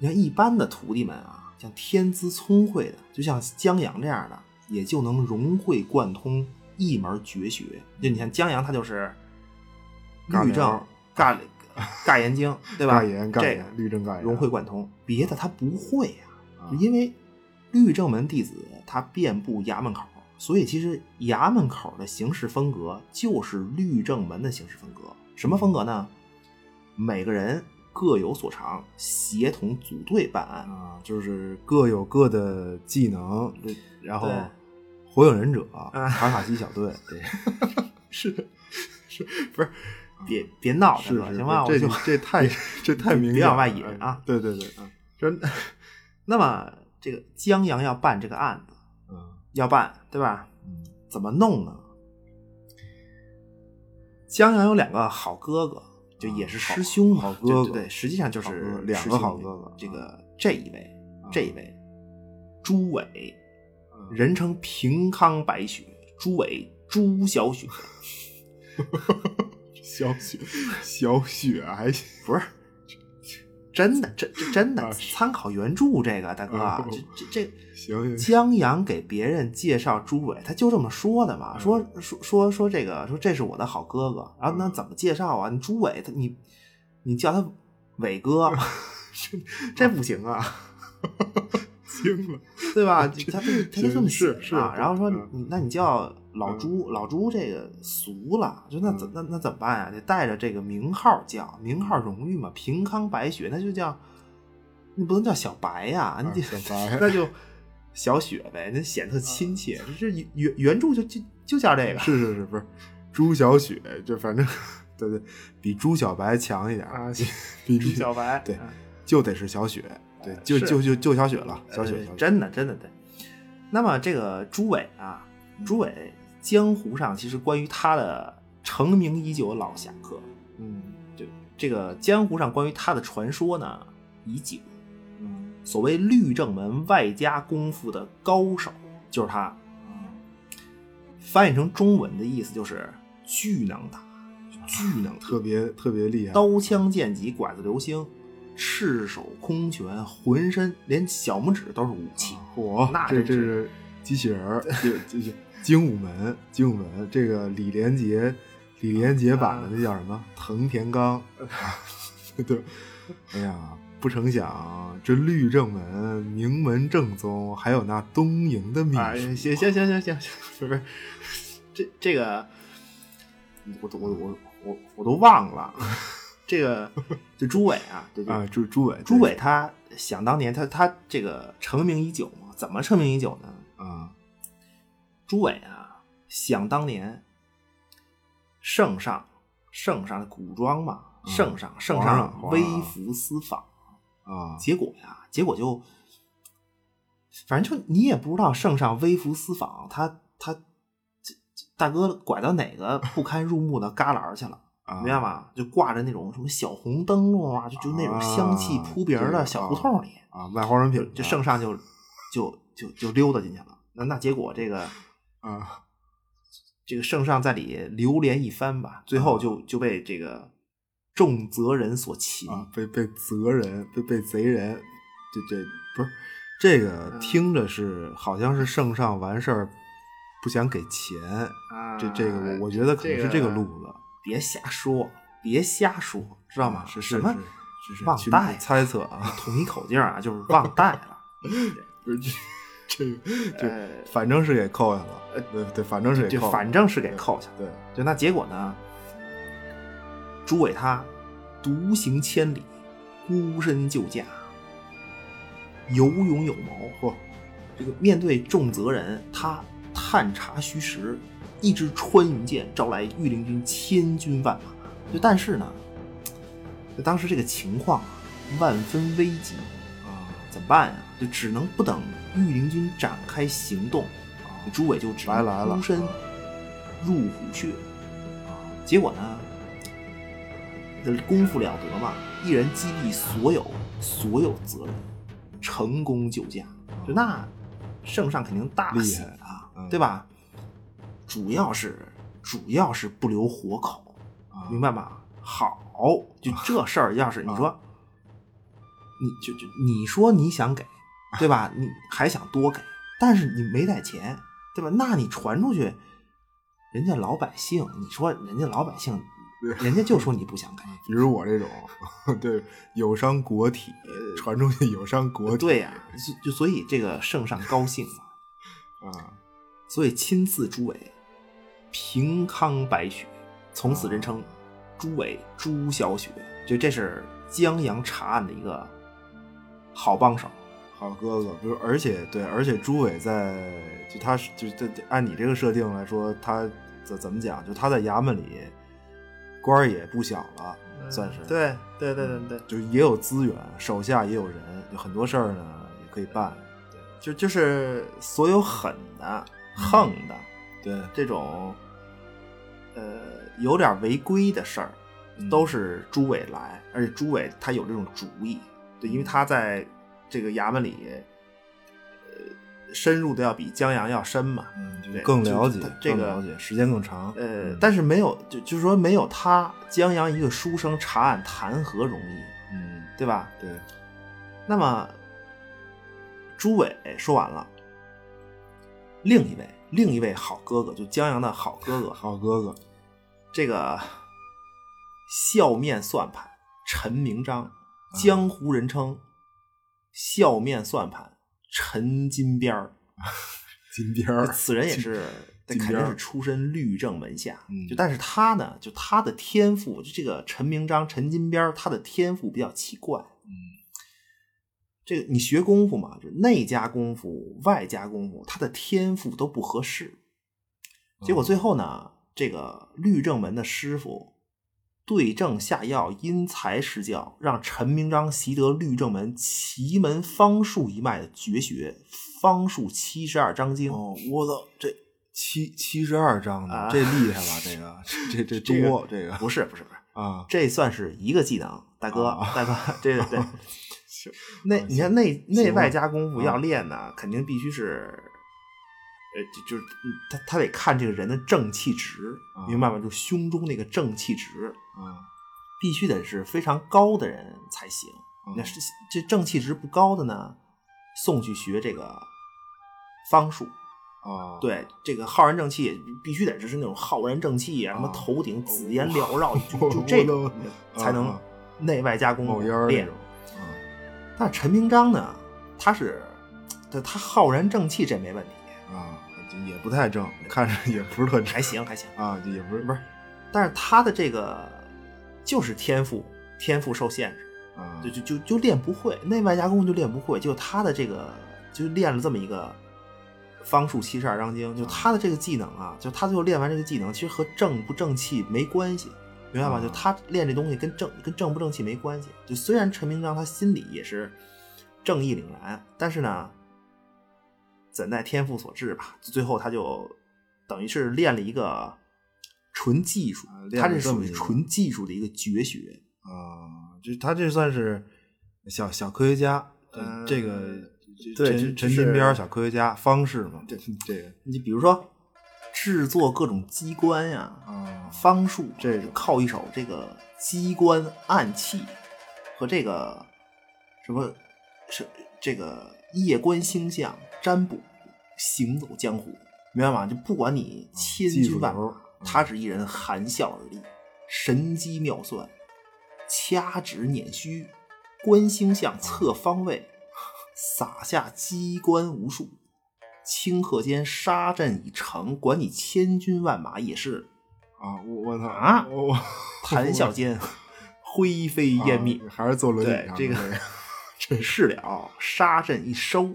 你看一般的徒弟们啊，像天资聪慧的，就像江阳这样的，也就能融会贯通一门绝学。就你像江阳，他就是尬律政聊尬 <laughs> 尬研经，对吧？尬言尬这言个律政尬言融会贯通，别的他不会呀、哎啊因为律政门弟子他遍布衙门口，所以其实衙门口的行事风格就是律政门的行事风格。什么风格呢？每个人各有所长，协同组队办案。啊，就是各有各的技能，对啊然后对啊火影忍者、卡卡西小队，对，别别闹腾啊是了，是，行吧？这我就你这太这太明显了，别往外引啊对对对，啊真。那么这个江阳要办这个案子，嗯要办对吧？嗯怎么弄呢？江阳有两个好哥哥，就也是师兄啊嘛，好好哥哥对对对，实际上就是好哥哥师兄两个好哥哥这个这一位，啊这一位，朱伟，嗯人称平康白雪，朱伟，朱小雪，小雪小雪还行不是，真的，真这真的啊参考原著这个大哥啊啊，这这这。行行，江阳给别人介绍朱伟，他就这么说的嘛，说说说说这个，说这是我的好哥哥。然后那怎么介绍啊？你朱伟，他你你叫他伟哥，这不行啊，惊了，对吧？他他他就这么写哎是是啊。然后说嗯你那你叫老朱，老朱这个俗了，就那怎嗯那那怎么办呀？得带着这个名号叫，名号荣誉嘛，平康白雪，那就叫你不能叫小白呀，你啊得小白 <laughs> 啊那就小雪呗，那显得特亲切。这这原原著就就就叫这个，是是是，不是朱小雪，就反正对对，比朱小白强一点啊比 <laughs> 比朱小白嗯对啊就得是小雪，对，就是就就就小雪了，小呃雪，小雪真的真的对。那么这个朱伟啊，朱伟江湖上其实关于他的成名已久的老侠客，嗯这个江湖上关于他的传说呢已久。嗯所谓律政门外加功夫的高手就是他，嗯翻译成中文的意思就是巨能打，巨能打特别特别厉害，刀枪剑戟、拐子流星、赤手空拳，浑身连小拇指都是武器。火，那这真这是机器人儿，这这是精武门，精武门，这个李连杰，李连杰版的那叫什么？藤田 <laughs> 刚，对，哎呀，不成想这律政门名门正宗，还有那东瀛的秘啊，行术，行行行行，行不是，这这个，我都我我我我都忘了， <laughs> 这个就朱伟啊，对对啊，朱朱伟，朱伟他想当年他他这个成名已久嘛，怎么成名已久呢？嗯啊，朱伟啊，想当年，圣上圣上的古装嘛，嗯圣上圣皇上上皇微上服私访，啊，结果呀，结果就，反正就你也不知道圣上微服私访，他他这这大哥拐到哪个不堪入目的旮旯儿去了。啊明白吗？就挂着那种什么小红灯笼啊，就就那种香气扑鼻儿啊的小胡同里，啊，卖化妆品就的，就圣上就就就就溜达进去了。那那结果这个啊，啊这个圣上在里流连一番吧，最后就就被这个重责人所擒。啊，被被贼人，被被贼人，这这不是这嗯个听着是好像是圣上完事儿不想给钱，啊这这个我我觉得可能是这个路子，别瞎说，别瞎说，知道吗？是什是么是是忘去带猜测啊，统一口径啊，就是忘带了。 <laughs> 不是这这这呃，反正是给扣下了，对对，反正是给就扣了，反正是给扣下了。对就那结果呢，朱伟他独行千里，孤身救驾，有勇有谋。嚯，这个面对重责人，他探查虚实，一支穿云箭招来御林军千军万马。就但是呢，就当时这个情况啊，万分危急啊，怎么办呀？就只能不等御林军展开行动，朱伟就只能白来了孤身啊入虎穴。啊结果呢，这呃功夫了得嘛，一人击毙所有所有责人，成功救驾。就那圣上肯定大喜哦厉啊，嗯对吧？主要是主要是不留活口，啊明白吗？好，就哦这事儿，要是你说，你就就你说你想 <laughs> 给，对吧？你还想多给，但是你没带钱，对吧？那你传出去，人家老百姓，你说人家老百姓，人家就说你不想 <laughs> 给，比如我这种，对，有伤国体，呃传出去有伤国体，对呀、就就所以这个圣上高兴嘛，啊，所以亲赐朱伟平康白雪，从此人称朱伟朱小雪。就这是江洋查案的一个好帮手。好哥哥，就是而且对，而且朱伟在就他是就这按你这个设定来说，他怎怎么讲？就他在衙门里官儿也不小了，算是嗯嗯对对对对对，就也有资源，手下也有人，就很多事儿呢也可以办。就就是所有狠的、横的嗯对，这种，呃，有点违规的事儿，嗯都是朱伟来，而且朱伟他有这种主意，对，嗯因为他在这个衙门里，呃，深入的要比江洋要深嘛，嗯，就对更了解就他，这个更了解，时间更长。呃嗯，但是没有，就就是说没有他，江洋一个书生查案谈何容易，嗯，对吧？对，那么，朱伟说完了，另一位另一位好哥哥，就江阳的好 <laughs> 哥哥，好哥哥，这个笑面算盘陈明章，嗯江湖人称笑面算盘陈金边儿。金边儿，此人 <laughs> 也是，这金肯边定儿是出身律政门下。嗯就但是他呢，就他的天赋，就这个陈明章、陈金边儿，他的天赋比较奇怪。嗯，这个你学功夫嘛，就内家功夫、外家功夫，他的天赋都不合适。哦结果最后呢，这个律政门的师傅对症下药，因材施教，让陈明章习得律政门奇门方术一脉的绝学《方术七十二章经》。哦，我操，这七七十二章呢啊，这厉害了，这 <laughs> 个这这这这多 <laughs> 这个不是不是不是，啊，这算是一个技能，大哥、啊大哥，对对对。 <laughs> 内你看内内外加功夫要练呢，肯定必须是，呃，就就是嗯他他得看这个人的正气值，啊明白吗？就胸中那个正气值，啊必须得是非常高的人才行。嗯那是这正气值不高的呢，送去学这个方术，啊，对这个浩然正气，必须得就是那种浩然正气啊，什么啊头顶紫烟缭绕，就我就这我种都才能啊内外加工冒烟儿那练种。嗯但是陈明章呢，他是他他浩然正气这没问题，啊啊，这也不太正，看着也不是特正还行还行。啊，这也不是不是但是他的这个就是天赋，天赋受限制， <laughs> 啊，就就就就练不会，内外加工就练不会。就他的这个就练了这么一个方术七十二章经，就他的这个技能啊，就他最后练完这个技能，其实和正不正气没关系，明白吧？啊就他练这东西跟正跟正不正气没关系。就虽然陈明章他心里也是正义凛然，但是呢，怎奈天赋所致吧，最后他就等于是练了一个。纯技术啊，练他了这这么属于一个纯技术的一个绝学，啊，就他这算是小小科学家，呃这这个对陈这陈这是金边儿小科学家方式嘛，这这个你比如说，制作各种机关呀、啊，方术，这种靠一手这个机关暗器和这个什么是这个夜观星象占卜，行走江湖，明白吗？就不管你千技术军万流马，儿，他只一人含笑而立，神机妙算，掐指捻须，观星象测方位，撒下机关无数，顷刻间杀阵已成，管你千军万马也是啊，我我操啊我我谈 <laughs> 笑间灰飞烟灭。啊还是坐轮椅对上，这个真是了，杀阵一收，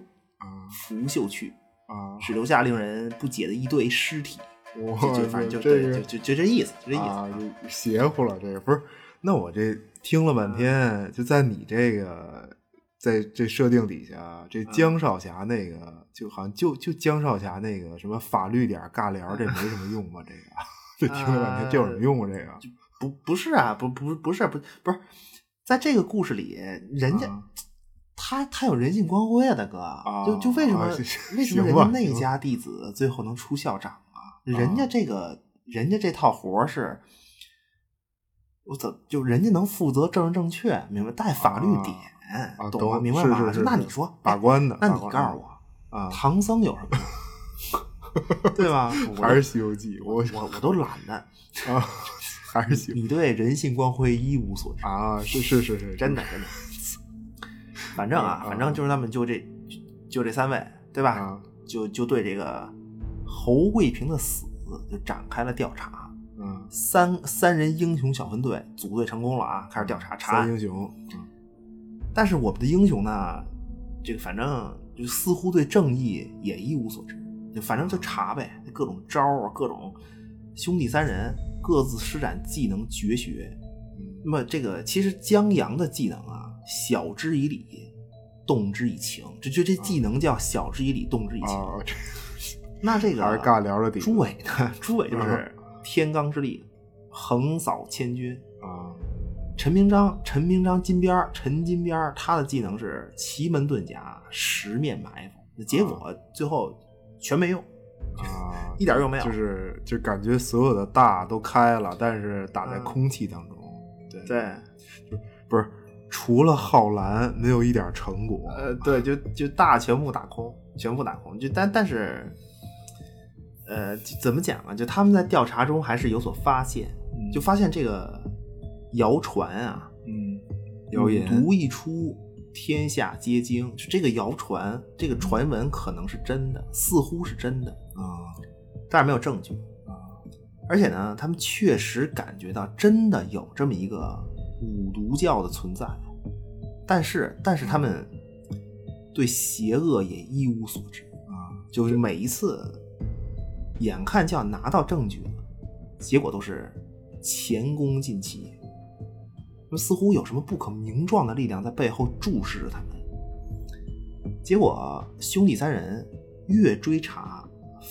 拂袖去， <laughs> 啊，只留下令人不解的一堆尸体。我就就反正就这对个就就就这意思，就这意思。啊，这邪乎了，这个不是？那我这听了嗯半天，就在你这个在这设定底下，这嗯江少侠那个就好像就就江少侠那个什么法律点儿尬聊儿，这没什么用吧？这个 <laughs> 这听了半天，这有呃什么用啊？这个不不是啊，不不不是不不是，在这个故事里，人家、啊他他有人性光辉啊，大哥，啊就就为什么、啊是是为什么行人吧家那行吧家弟子最后能出校长啊？人家这个、人家这套活儿是，我怎就人家能负责政治正确，明白带法律点，啊，懂吗？懂明白是吗？是是那是你说，把哎关的，那把你关告的诉我，啊，唐僧有什么用？ <laughs> 对吧？<laughs> 我还是《西游记》，我我我都懒得， <laughs> 啊，还是喜你对人性光辉一无所知。啊，是是是是，真的真的。反正啊，嗯反正就是他们就这就就这三位，对吧？啊，就就对这个侯贵平的死就展开了调查。嗯，三三人英雄小分队组队成功了啊，开始调查查三案。英雄，但是我们的英雄呢，这个反正就似乎对正义也一无所知，就反正就查呗，各种招啊，各种兄弟三人各自施展技能绝学。那么这个其实江阳的技能啊，晓之以理，动之以情，这就这技能叫晓之以理，动之以情。啊，这那这个还是尬聊的底嗯朱 <laughs> 伟呢？朱伟就是天罡之力，横扫千军。啊，陈明章，陈明章金边儿，陈金边儿，他的技能是奇门遁甲，十面埋伏，结果最后全没用，啊，一点用没有。就是就感觉所有的大都开了，但是打在嗯空气当中，对，对，不是除了浩然没有一点成果，呃，对，就就大全部打空，全部打空。就但但是，呃，就怎么讲啊？就他们在调查中还是有所发现，就发现这个谣传啊，嗯，谣言毒一出，天下皆惊。就这个谣传，这个传闻可能是真的，似乎是真的。啊但是没有证据。而且呢，他们确实感觉到真的有这么一个五毒教的存在，但是但是他们对邪恶也一无所知啊，就是每一次眼看就要拿到证据了，结果都是前功尽弃。那么似乎有什么不可名状的力量在背后注视着他们。结果兄弟三人越追查，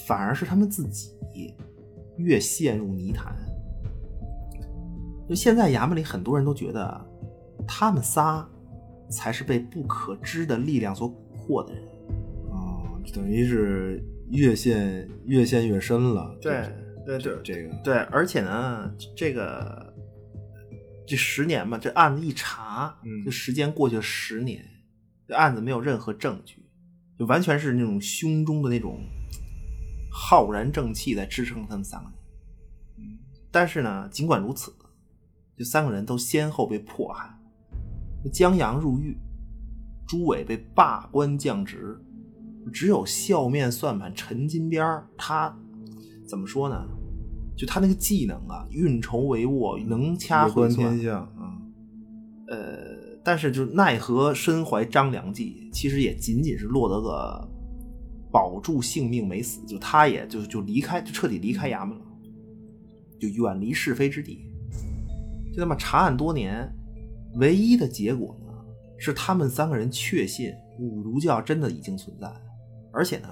反而是他们自己越陷入泥潭。就现在衙门里很多人都觉得，他们仨才是被不可知的力量所蛊惑的人。啊，这等于是越陷越陷越深了，对这这个对，而且呢，这个这十年嘛，这案子一查，嗯这时间过去了十年，这案子没有任何证据，就完全是那种胸中的那种浩然正气在支撑他们三个人。但是呢，尽管如此，这三个人都先后被迫害，江阳入狱，朱伟被罢官降职，只有笑面算盘陈金边儿他怎么说呢？就他那个技能啊，运筹帷幄，能掐夜会观算天，象啊，呃，但是就奈何身怀张良计，其实也仅仅是落得个保住性命没死，就他也就就离开，就彻底离开衙门了，就远离是非之地。就那么查案多年，唯一的结果呢，是他们三个人确信五毒教真的已经存在，而且呢，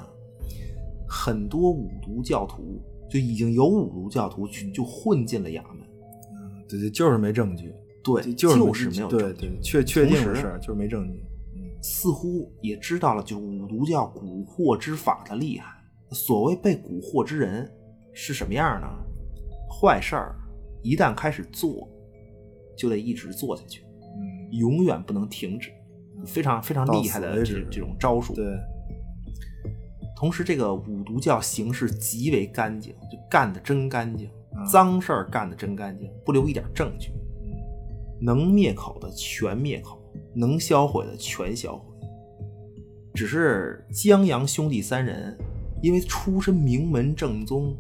很多五毒教徒就已经有五毒教徒去就混进了衙门，对对，就是没证据，对，就是是没有对证据对，确确定同的时事儿就是没证据。似乎也知道了，就五毒教蛊惑之法的厉害。所谓被蛊惑之人，是什么样呢？坏事儿一旦开始做，就得一直做下去，嗯永远不能停止，非常非常到厉害此的为这止这种招数。对，同时，这个五毒教行事极为干净，就干得真干净，嗯脏事儿干得真干净，不留一点证据。能灭口的全灭口，能销毁的全销毁。只是江阳兄弟三人，因为出身名门正宗，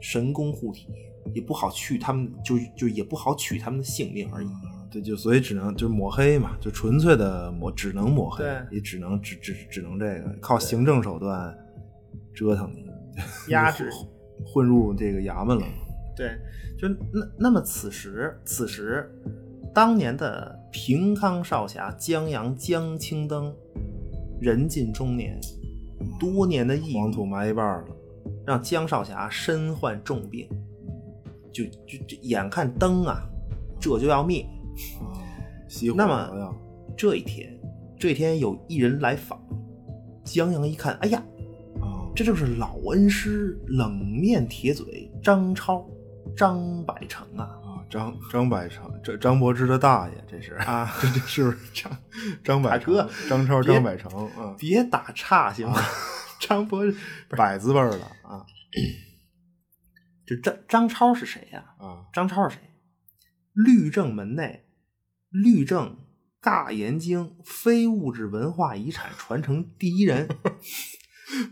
神功护体，也不好去他们就就也不好取他们的性命而已。对，就所以只能就抹黑嘛，就纯粹的抹，只能抹黑对，也只能只只只能这个靠行政手段折腾你，压制混入这个衙门了。对，就那那么此时此时，当年的平康少侠江阳江青灯，人近中年，多年的抑黄土郁埋一半了，让江少侠身患重病，就就就眼看灯啊，这就要灭。啊熄火那了么要这一天，这一天有一人来访，江阳一看，哎呀，啊，这就是老恩师冷面铁嘴张超张百成啊。啊张张百成，这张柏芝的大爷，这是啊，这是不是张张百大成哥张超别张百成啊，别打岔行吗？ <laughs> 张博，百字辈儿的啊这张张超是谁呀、啊，张超是谁？律政门内，律政尬研经非物质文化遗产传承第一人，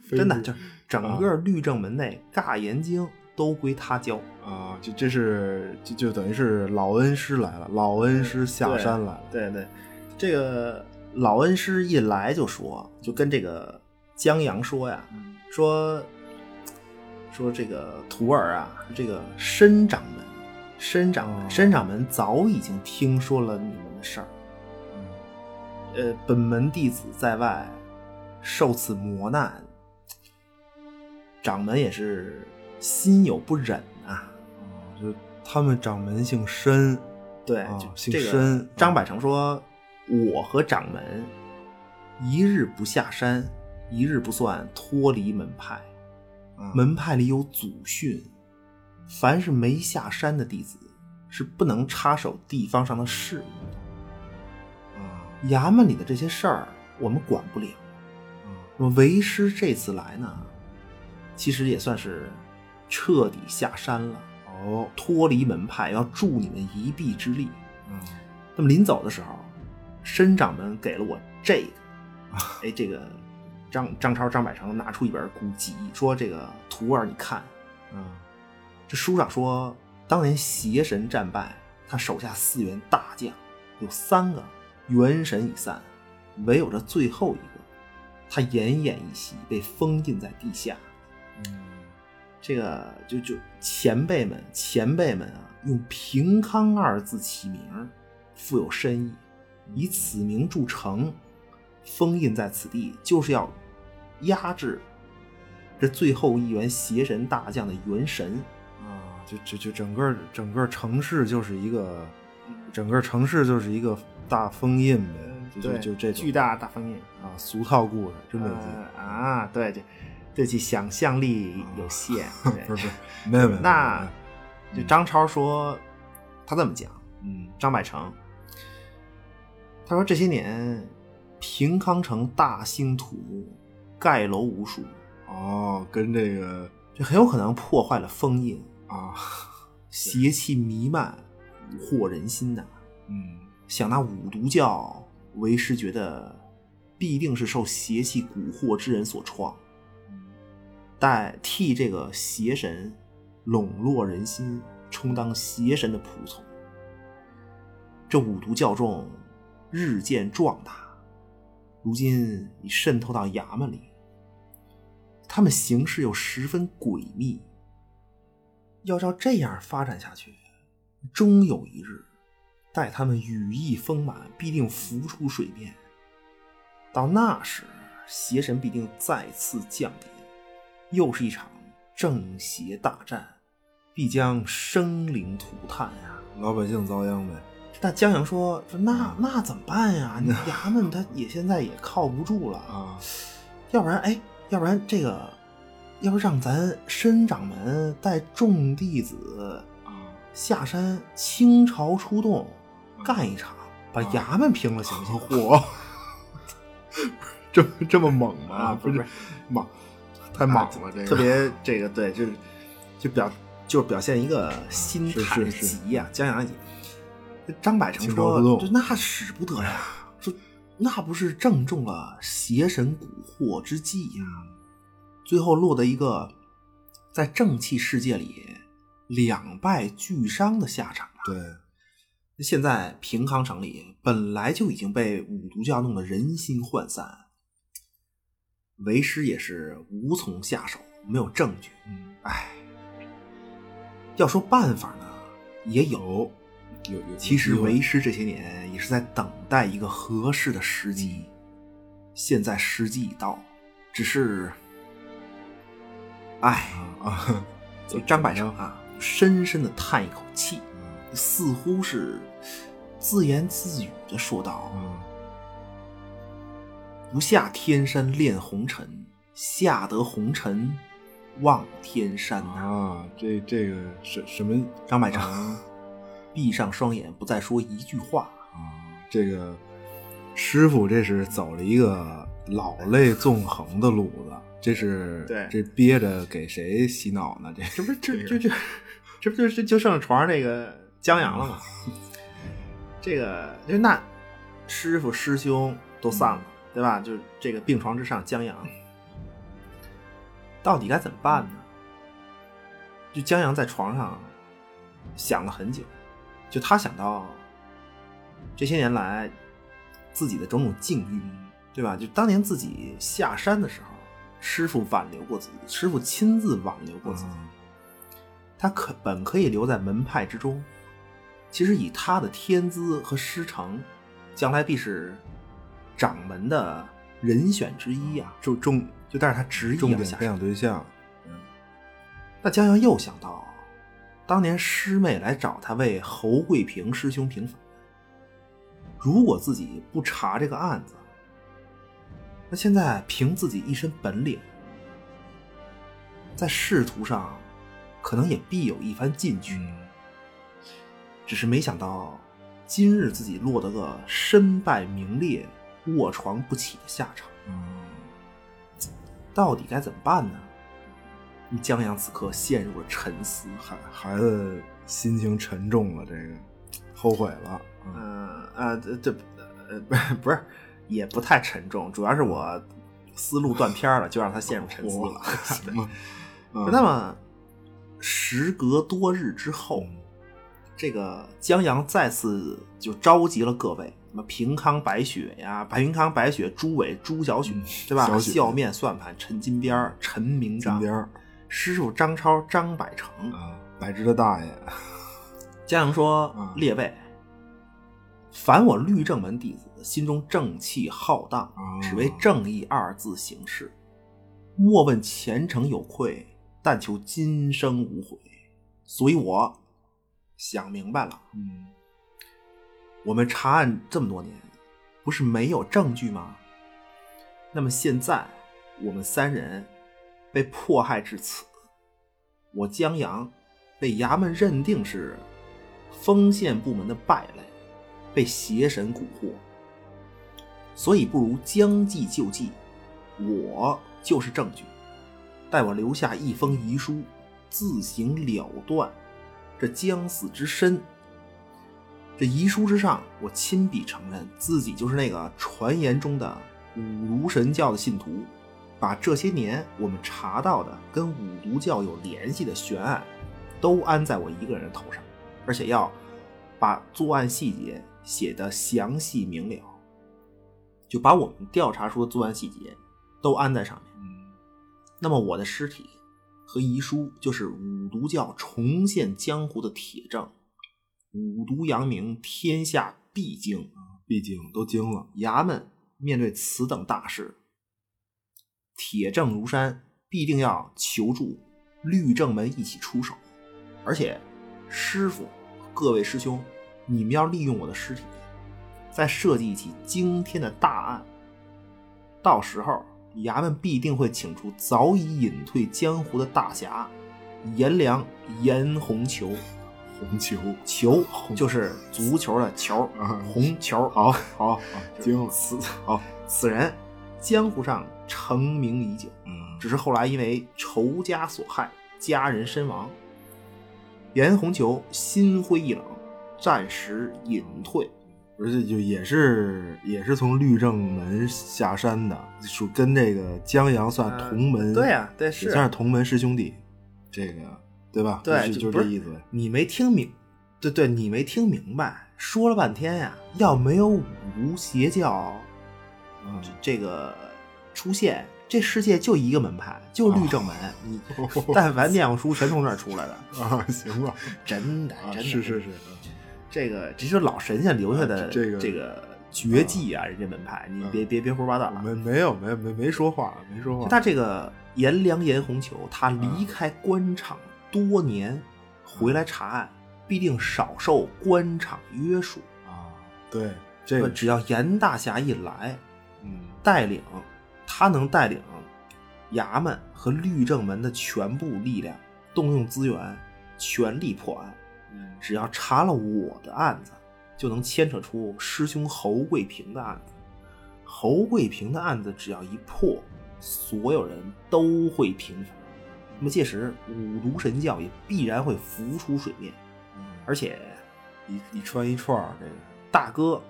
真的，就是整个律政门内尬研经都归他教。啊，这这是就就等于是老恩师来了，老恩师下山来了，对对，这个老恩师一来就说，就跟这个江阳说呀，说说这个徒儿啊，这个申掌门，申掌门，申掌门早已经听说了你们的事儿，嗯呃，本门弟子在外受此磨难，掌门也是心有不忍啊。啊就他们掌门姓申，对，啊就姓这个申张百成说：“我和掌门一日不下山，一日不算脱离门派。啊门派里有祖训，凡是没下山的弟子是不能插手地方上的事务啊的。衙门里的这些事儿我们管不了。嗯那么为师这次来呢，其实也算是彻底下山了，哦，脱离门派，要助你们一臂之力。”嗯那么临走的时候，申掌门给了我这个，哎，这个张张超张百成拿出一本古籍，说这个徒儿你看，嗯这书上说当年邪神战败，他手下四员大将有三个元神已散，唯有这最后一个，他奄奄一息，被封禁在地下。嗯这个就就前辈们前辈们啊，用“平康”二字起名儿，富有深意，以此名著称，封印在此地，就是要压制这最后一员邪神大将的元神。啊，就就就整个整个城市就是一个，整个城市就是一个大封印嗯呗，就就就这种嗯大大封印，啊俗套故事，真没嗯劲。呃啊，对这对其想象力有限。 <laughs> 对不是，没有没有，那没有就张超说，他这么讲，嗯张百成，他说这些年平康城大兴土木，盖楼无数，哦，跟这个这很有可能破坏了封印，啊，邪气弥漫，蛊惑人心呐。嗯想那五毒教，为师觉得必定是受邪气蛊惑之人所创，代替这个邪神笼络人心，充当邪神的仆从。这五毒教众日渐壮大，如今已渗透到衙门里，他们行事又十分诡秘。要照这样发展下去，终有一日，待他们羽翼丰满，必定浮出水面。到那时，邪神必定再次降临，又是一场正邪大战，必将生灵涂炭啊！老百姓遭殃呗。那江阳说：“说那那怎么办呀？你衙门他也现在也靠不住了啊，要不然哎，要不然这个要让咱生长门带众弟子啊下山倾巢出动，啊干一场，把衙门平了，行不行？嚯， <laughs> 这么这么猛 <laughs> 吗？啊不 <laughs> 不是是猛，太猛啊了，这个特别这个对，就是就表就是表现一个心是态是是急呀、江洋急。张百成情说况不：“动哎这那使不得呀，说那不是正中了邪神蛊惑之计呀、最后落得一个在正气世界里两败俱伤的下场。啊对，现在平康城里本来就已经被五毒教弄得人心涣散，为师也是无从下手，没有证据。嗯唉，要说办法呢，也有。有有其实有为师这些年也是在等待一个合适的时机，现在时机已到，只是，唉，啊，就张百成啊，深深的叹一口气，似乎是自言自语的说道嗯，：“不下天山恋红尘，下得红尘望天山呐、啊，这这个什什么张百成闭上双眼，不再说一句话。啊？这个师傅这是走了一个老泪纵横的路 <laughs> 子，这是对这憋着给谁洗脑呢？这这不是这这这，这不就就就剩床上那个江阳了吗？ <laughs> 这个就那师傅师兄都散了，嗯对吧？就是这个病床之上江阳，到底该怎么办呢？就江阳在床上想了很久，就他想到这些年来自己的种种境遇，对吧？就当年自己下山的时候，师傅挽留过自己，师傅亲自挽留过自嗯己。啊他可本可以留在门派之中，其实以他的天资和师承，将来必是掌门的人选之一呀、就重就但是他执意嗯重要点下培山养对象，那江阳又想到，当年师妹来找他为侯桂平师兄平反，如果自己不查这个案子，那现在凭自己一身本领，在仕途上可能也必有一番进取。嗯只是没想到，今日自己落得个身败名裂、卧床不起的下场。嗯到底该怎么办呢？江阳此刻陷入了沉思。孩孩子心情沉重了，这个后悔了，嗯嗯啊，这这呃 <laughs> 不是，也不太沉重，主要是我思路断片儿了，就让他陷入沉思了。 <laughs> 行吧，嗯那么，时隔多日之后，嗯这个江阳再次就召集了各位，什么平康白雪呀、白云康白雪、朱伟、朱小雪，对嗯吧？小雪笑面算盘、陈金边儿、陈明金章、边儿师傅张超、张百成。啊，白痴的大爷，江阳说：“嗯列位，凡我律政门弟子，心中正气浩荡，哦只为正义二字行事，莫问前程有愧，但求今生无悔。所以我想明白了， <laughs> 嗯，我们查案这么多年，不是没有证据吗？那么现在我们三人被迫害至此，我江阳被衙门认定是丰县部门的败类，被邪神蛊惑，所以不如将计就计，我就是证据，待我留下一封遗书，自行了断这将死之身。这遗书之上，我亲笔承认自己就是那个传言中的五毒神教的信徒，把这些年我们查到的跟五毒教有联系的悬案，都安在我一个人的头上，而且要把作案细节写得详细明了，就把我们调查出的作案细节都安在上面。那么我的尸体和遗书就是五毒教重现江湖的铁证，五毒扬名，天下必惊。啊毕竟都惊了，衙门面对此等大事，铁证如山，必定要求助律政门一起出手。而且，师傅，各位师兄，你们要利用我的尸体，再设计一起惊天的大案。到时候，衙门必定会请出早已隐退江湖的大侠颜良、颜红球。红球球就是足球的球，啊，红球。好好好，就是惊了，此好，此人江湖上成名已久，嗯只是后来因为仇家所害，家人身亡。颜红球心灰意冷，暂时隐退。而且就也是也是从律政门下山的，属跟这个江阳算同门，呃对呀、对也是算是同门师兄弟，这个对吧？对就是就就不这是意思。你没听明，对对，你没听明白，说了半天呀、要没有五毒邪教嗯这这个出现，这世界就一个门派，就律政门。哦 <laughs> 你但凡念过书，全从这儿出来的， <laughs> 啊，行吧，真的，啊，真的是是是，这个这就是老神仙留下的啊这个这个绝技啊，人家门派，你别别别胡说八道嗯 <laughs> 啊。没没有没有没没说话，没说就话。嗯他这个颜良颜红球，他离开官场多年，回来查案，必定少受官场约束。啊，对这个，只要严大侠一来，嗯带领他能带领衙门和律政门的全部力量，动用资源，全力破案。嗯只要查了我的案子，就能牵扯出师兄侯桂平的案子。侯桂平的案子只要一破，所有人都会平反。那么届时，五毒神教也必然会浮出水面，而且嗯一一穿一串儿这个。大哥，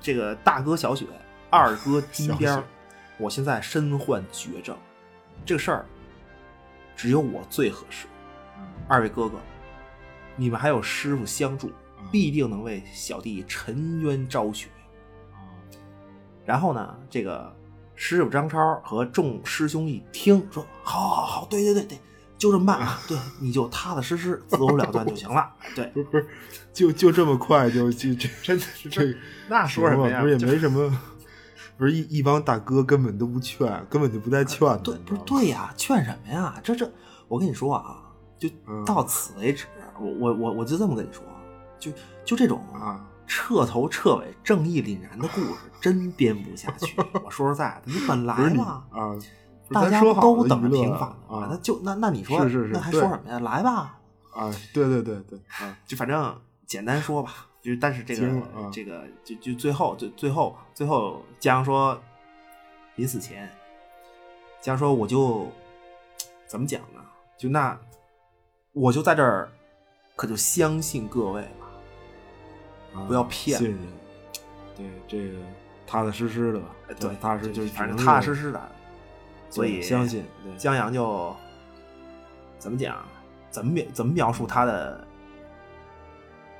这个大哥小雪，二哥金 <laughs> 边小儿雪，我现在身患绝症，这个事儿只有我最合适。嗯二位哥哥，你们还有师傅相助，嗯必定能为小弟沉冤昭雪。然后呢，这个师傅张超和众师兄一听说，好好好，对对对对，就这么 <laughs> 办啊，对，你就踏踏实实、自我了断就行了。对，不是不是，就就这么快就就这真的是这那说什么呀？不是就也没什么，不是一一帮大哥根本都不劝，根本就不带劝的，啊对，你知不道吗，是对呀，劝什么呀？这这，我跟你说啊，就嗯到此为止。我我我我就这么跟你说，啊就就这种啊，彻头彻尾正义凛然的故事，真编不下去。我说实在的，你本来不是你嘛，啊，不是大咱家说好都的等着娱乐平反嘛啊，那就那那你说，是是是那还对说什么呀？来吧，啊，对对对对啊，嗯就反正简单说吧，就是但是这个、惊了啊这个就就最后最最后最后江阳说，临死前，江阳说我就怎么讲呢？就那我就在这儿，可就相信各位吧。啊不要骗信任，对这个踏踏实实的吧，哎对，踏实就是反只正能踏踏是实实的，所对以相信对江阳就怎么讲，怎么描怎么描述他的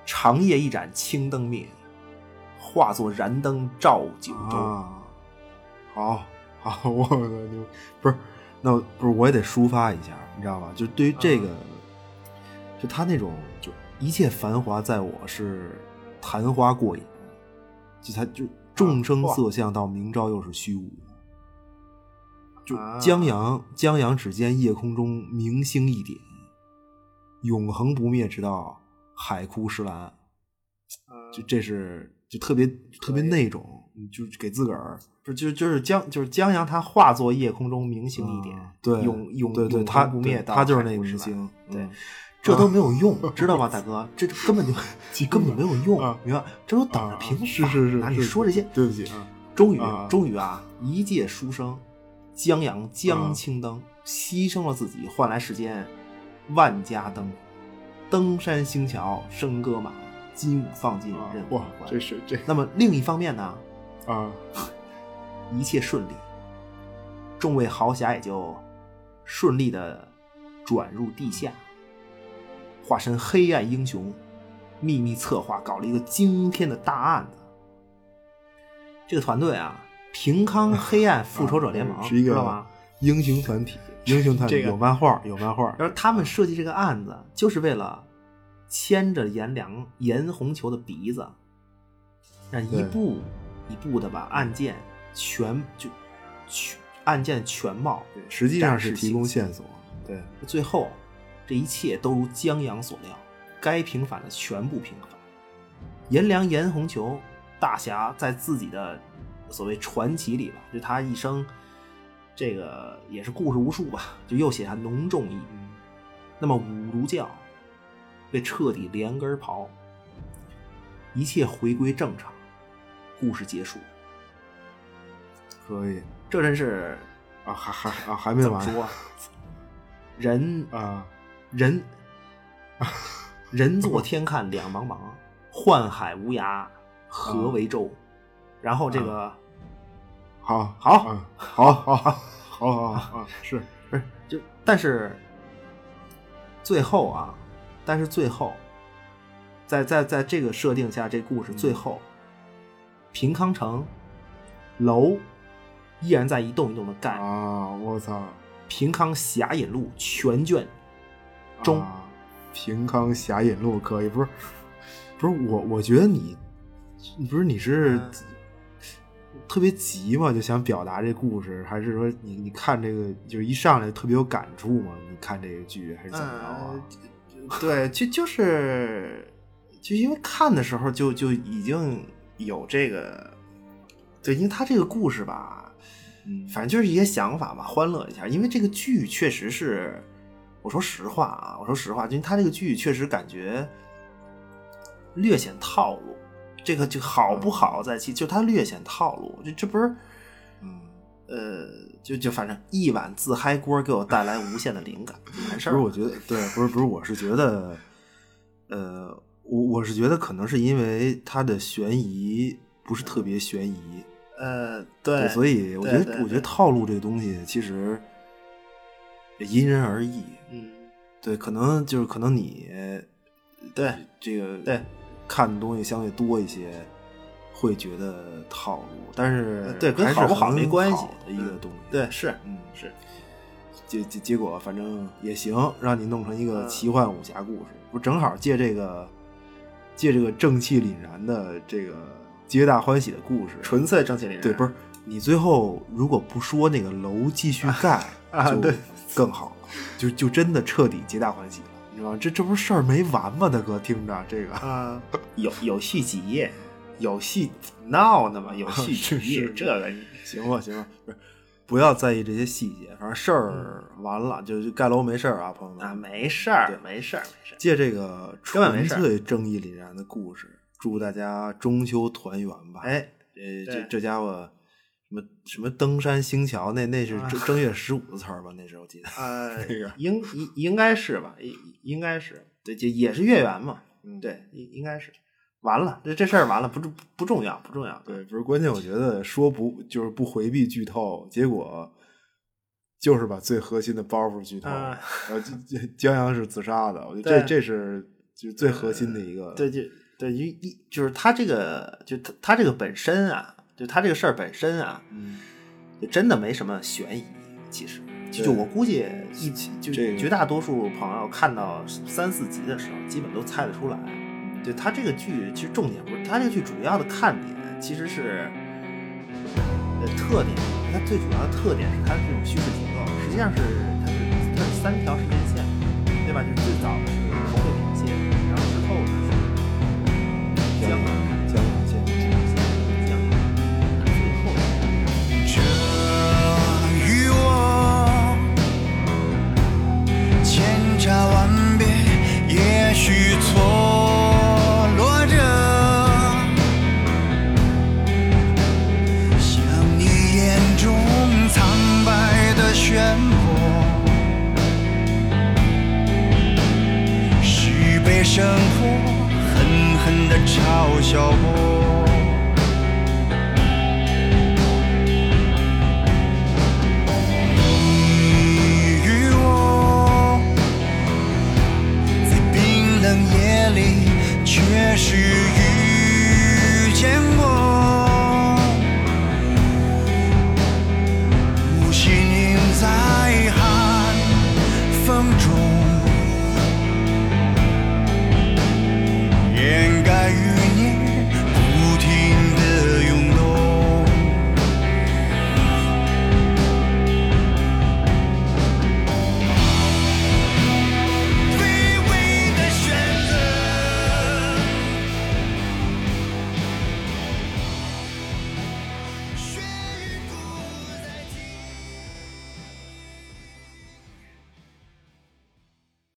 长夜一盏青灯灭，化作燃灯照九州。啊，好好， <laughs> 我牛，不是，那我不是我也得抒发一下，你知道吧？就对于这个，嗯就他那种就一切繁华，在我是昙花过眼，就他就啊众生色相到明朝又是虚无。就啊江阳，江阳只见夜空中明星一点，永恒不灭，直到海枯石烂。嗯就这是就特别特别那种，嗯就是给自个儿不是，就就是江，就是江阳，他化作夜空中明星一点，啊对永永对对，永他恒不灭对到他就是那海个枯明石烂星，对嗯，这都没有用，知道吧，大哥？这这根本就根本没有用啊，明白？这都等着啊平反。是是是哪里是说这些？对不起啊，终于啊，终于啊，一介书生，江阳啊江青灯，牺牲了自己，换来世间万家灯火，登山兴桥，笙歌马，金舞放尽，啊嗯任我哇关，这是这那么另一方面呢，啊，一切顺利，众位豪侠也就顺利的转入地下，化身黑暗英雄，秘密策划搞了一个惊天的大案子。这个团队啊，平康黑暗复仇者联 <laughs> 盟，啊是一个知道吗？英雄团体，英雄团体这个有漫画，有漫画，然后他们设计这个案子，就是为了牵着颜良、颜红球的鼻子，让一对步一步的把案件全就全案件全貌对实际上是展示提供信息线索，对，最后，这一切都如江阳所料，该平反的全部平反。颜良、颜红球大侠在自己的所谓传奇里吧，就他一生这个也是故事无数吧，就又写下浓重一笔。那么五毒教被彻底连根刨，一切回归正常，故事结束。可以这真是啊，还还啊还没完怎么说啊人啊， <laughs> 人人坐天看两茫茫，幻海无涯何嗯为舟？然后这个好好嗯好嗯 <laughs> 好好好好 <laughs> 好是不是就但是最后啊，但是最后，在在在这个设定下，这故事嗯最后，平康城楼依然在一栋一栋的盖，啊，我操，平康侠引路全卷中啊平康侠引路可以，不是不是我，我觉得你不是你是、嗯特别急嘛，就想表达这故事，还是说你你看这个就是一上来特别有感触嘛？你看这个剧还是怎么着啊？呃对，就就是就因为看的时候就就已经有这个，对，因为他这个故事吧，嗯反正就是一些想法吧，欢乐一下。因为这个剧确实是，我说实话啊，我说实话，因为他这个剧确实感觉略显套路。这个就好不好在其，就他略显套路，这这不是，嗯，呃，就就反正一碗自嗨锅给我带来无限的灵感，就完事不是，儿了。我觉得对，不是不是，我是觉得，呃，我我是觉得可能是因为它的悬疑不是特别悬疑，呃，对，所以我觉对得对我觉得套路这东西其实也因人而异，嗯，对，可能就是可能你对这个对看的东西相对多一些，会觉得套路，但是呃对跟呃还是好不好很没关系嗯好的一个东西，对，是嗯是，结结结果反正也行，让你弄成一个嗯奇幻武侠故事，不正好借这个借这个正气凛然的这个皆大欢喜的故事，纯粹正气凛然。对，不是你最后如果不说那个楼继续盖，啊就对更好了，就就真的彻底皆大欢喜了，你知道吗？这这不是事儿没完吗？大哥，听着这个，啊，有有续集，有续 <laughs> 闹呢嘛，有续是集是，这个你行吧行吧，不是不要在意这些细节，反正事儿完了、就就盖楼没事儿啊，朋友们啊没事儿对，没事儿，没事儿。借这个根本纯没事儿粹正义凛然的故事，祝大家中秋团圆吧！，哎，这对这这家伙什么什么登山兴桥，那那是啊正正月十五的词儿吧？那是我记 <laughs> 得。 <laughs> 呃这个，应应应该是吧，应应该是，对，这也是月圆嘛，嗯对，应应该是。完了，这这事儿完了，不重不重要，不重要。对，不是关键，我觉得说不就是不回避剧透，结果就是把最核心的包袱剧透了，啊然后就就江阳是自杀的，我觉得这对这是就是最核心的一个。对，就对，就一就是他这个，就他他这个本身啊，就他这个事儿本身啊，嗯，就真的没什么悬疑。其实，就对就我估计一起就这个绝大多数朋友看到三四集的时候，基本都猜得出来。对他这个剧，其实重点不是他这个剧主要的看点，其实是呃特点。它最主要的特点是它的这种叙事结构，实际上是它是它是三条时间线，对吧？就是最早的是红卫兵线，然后之后呢是江南江阳见。江南线，江南最后是这与我千差万别，也许错落着，像你眼中苍白的漩涡，是被生活狠狠地嘲笑过。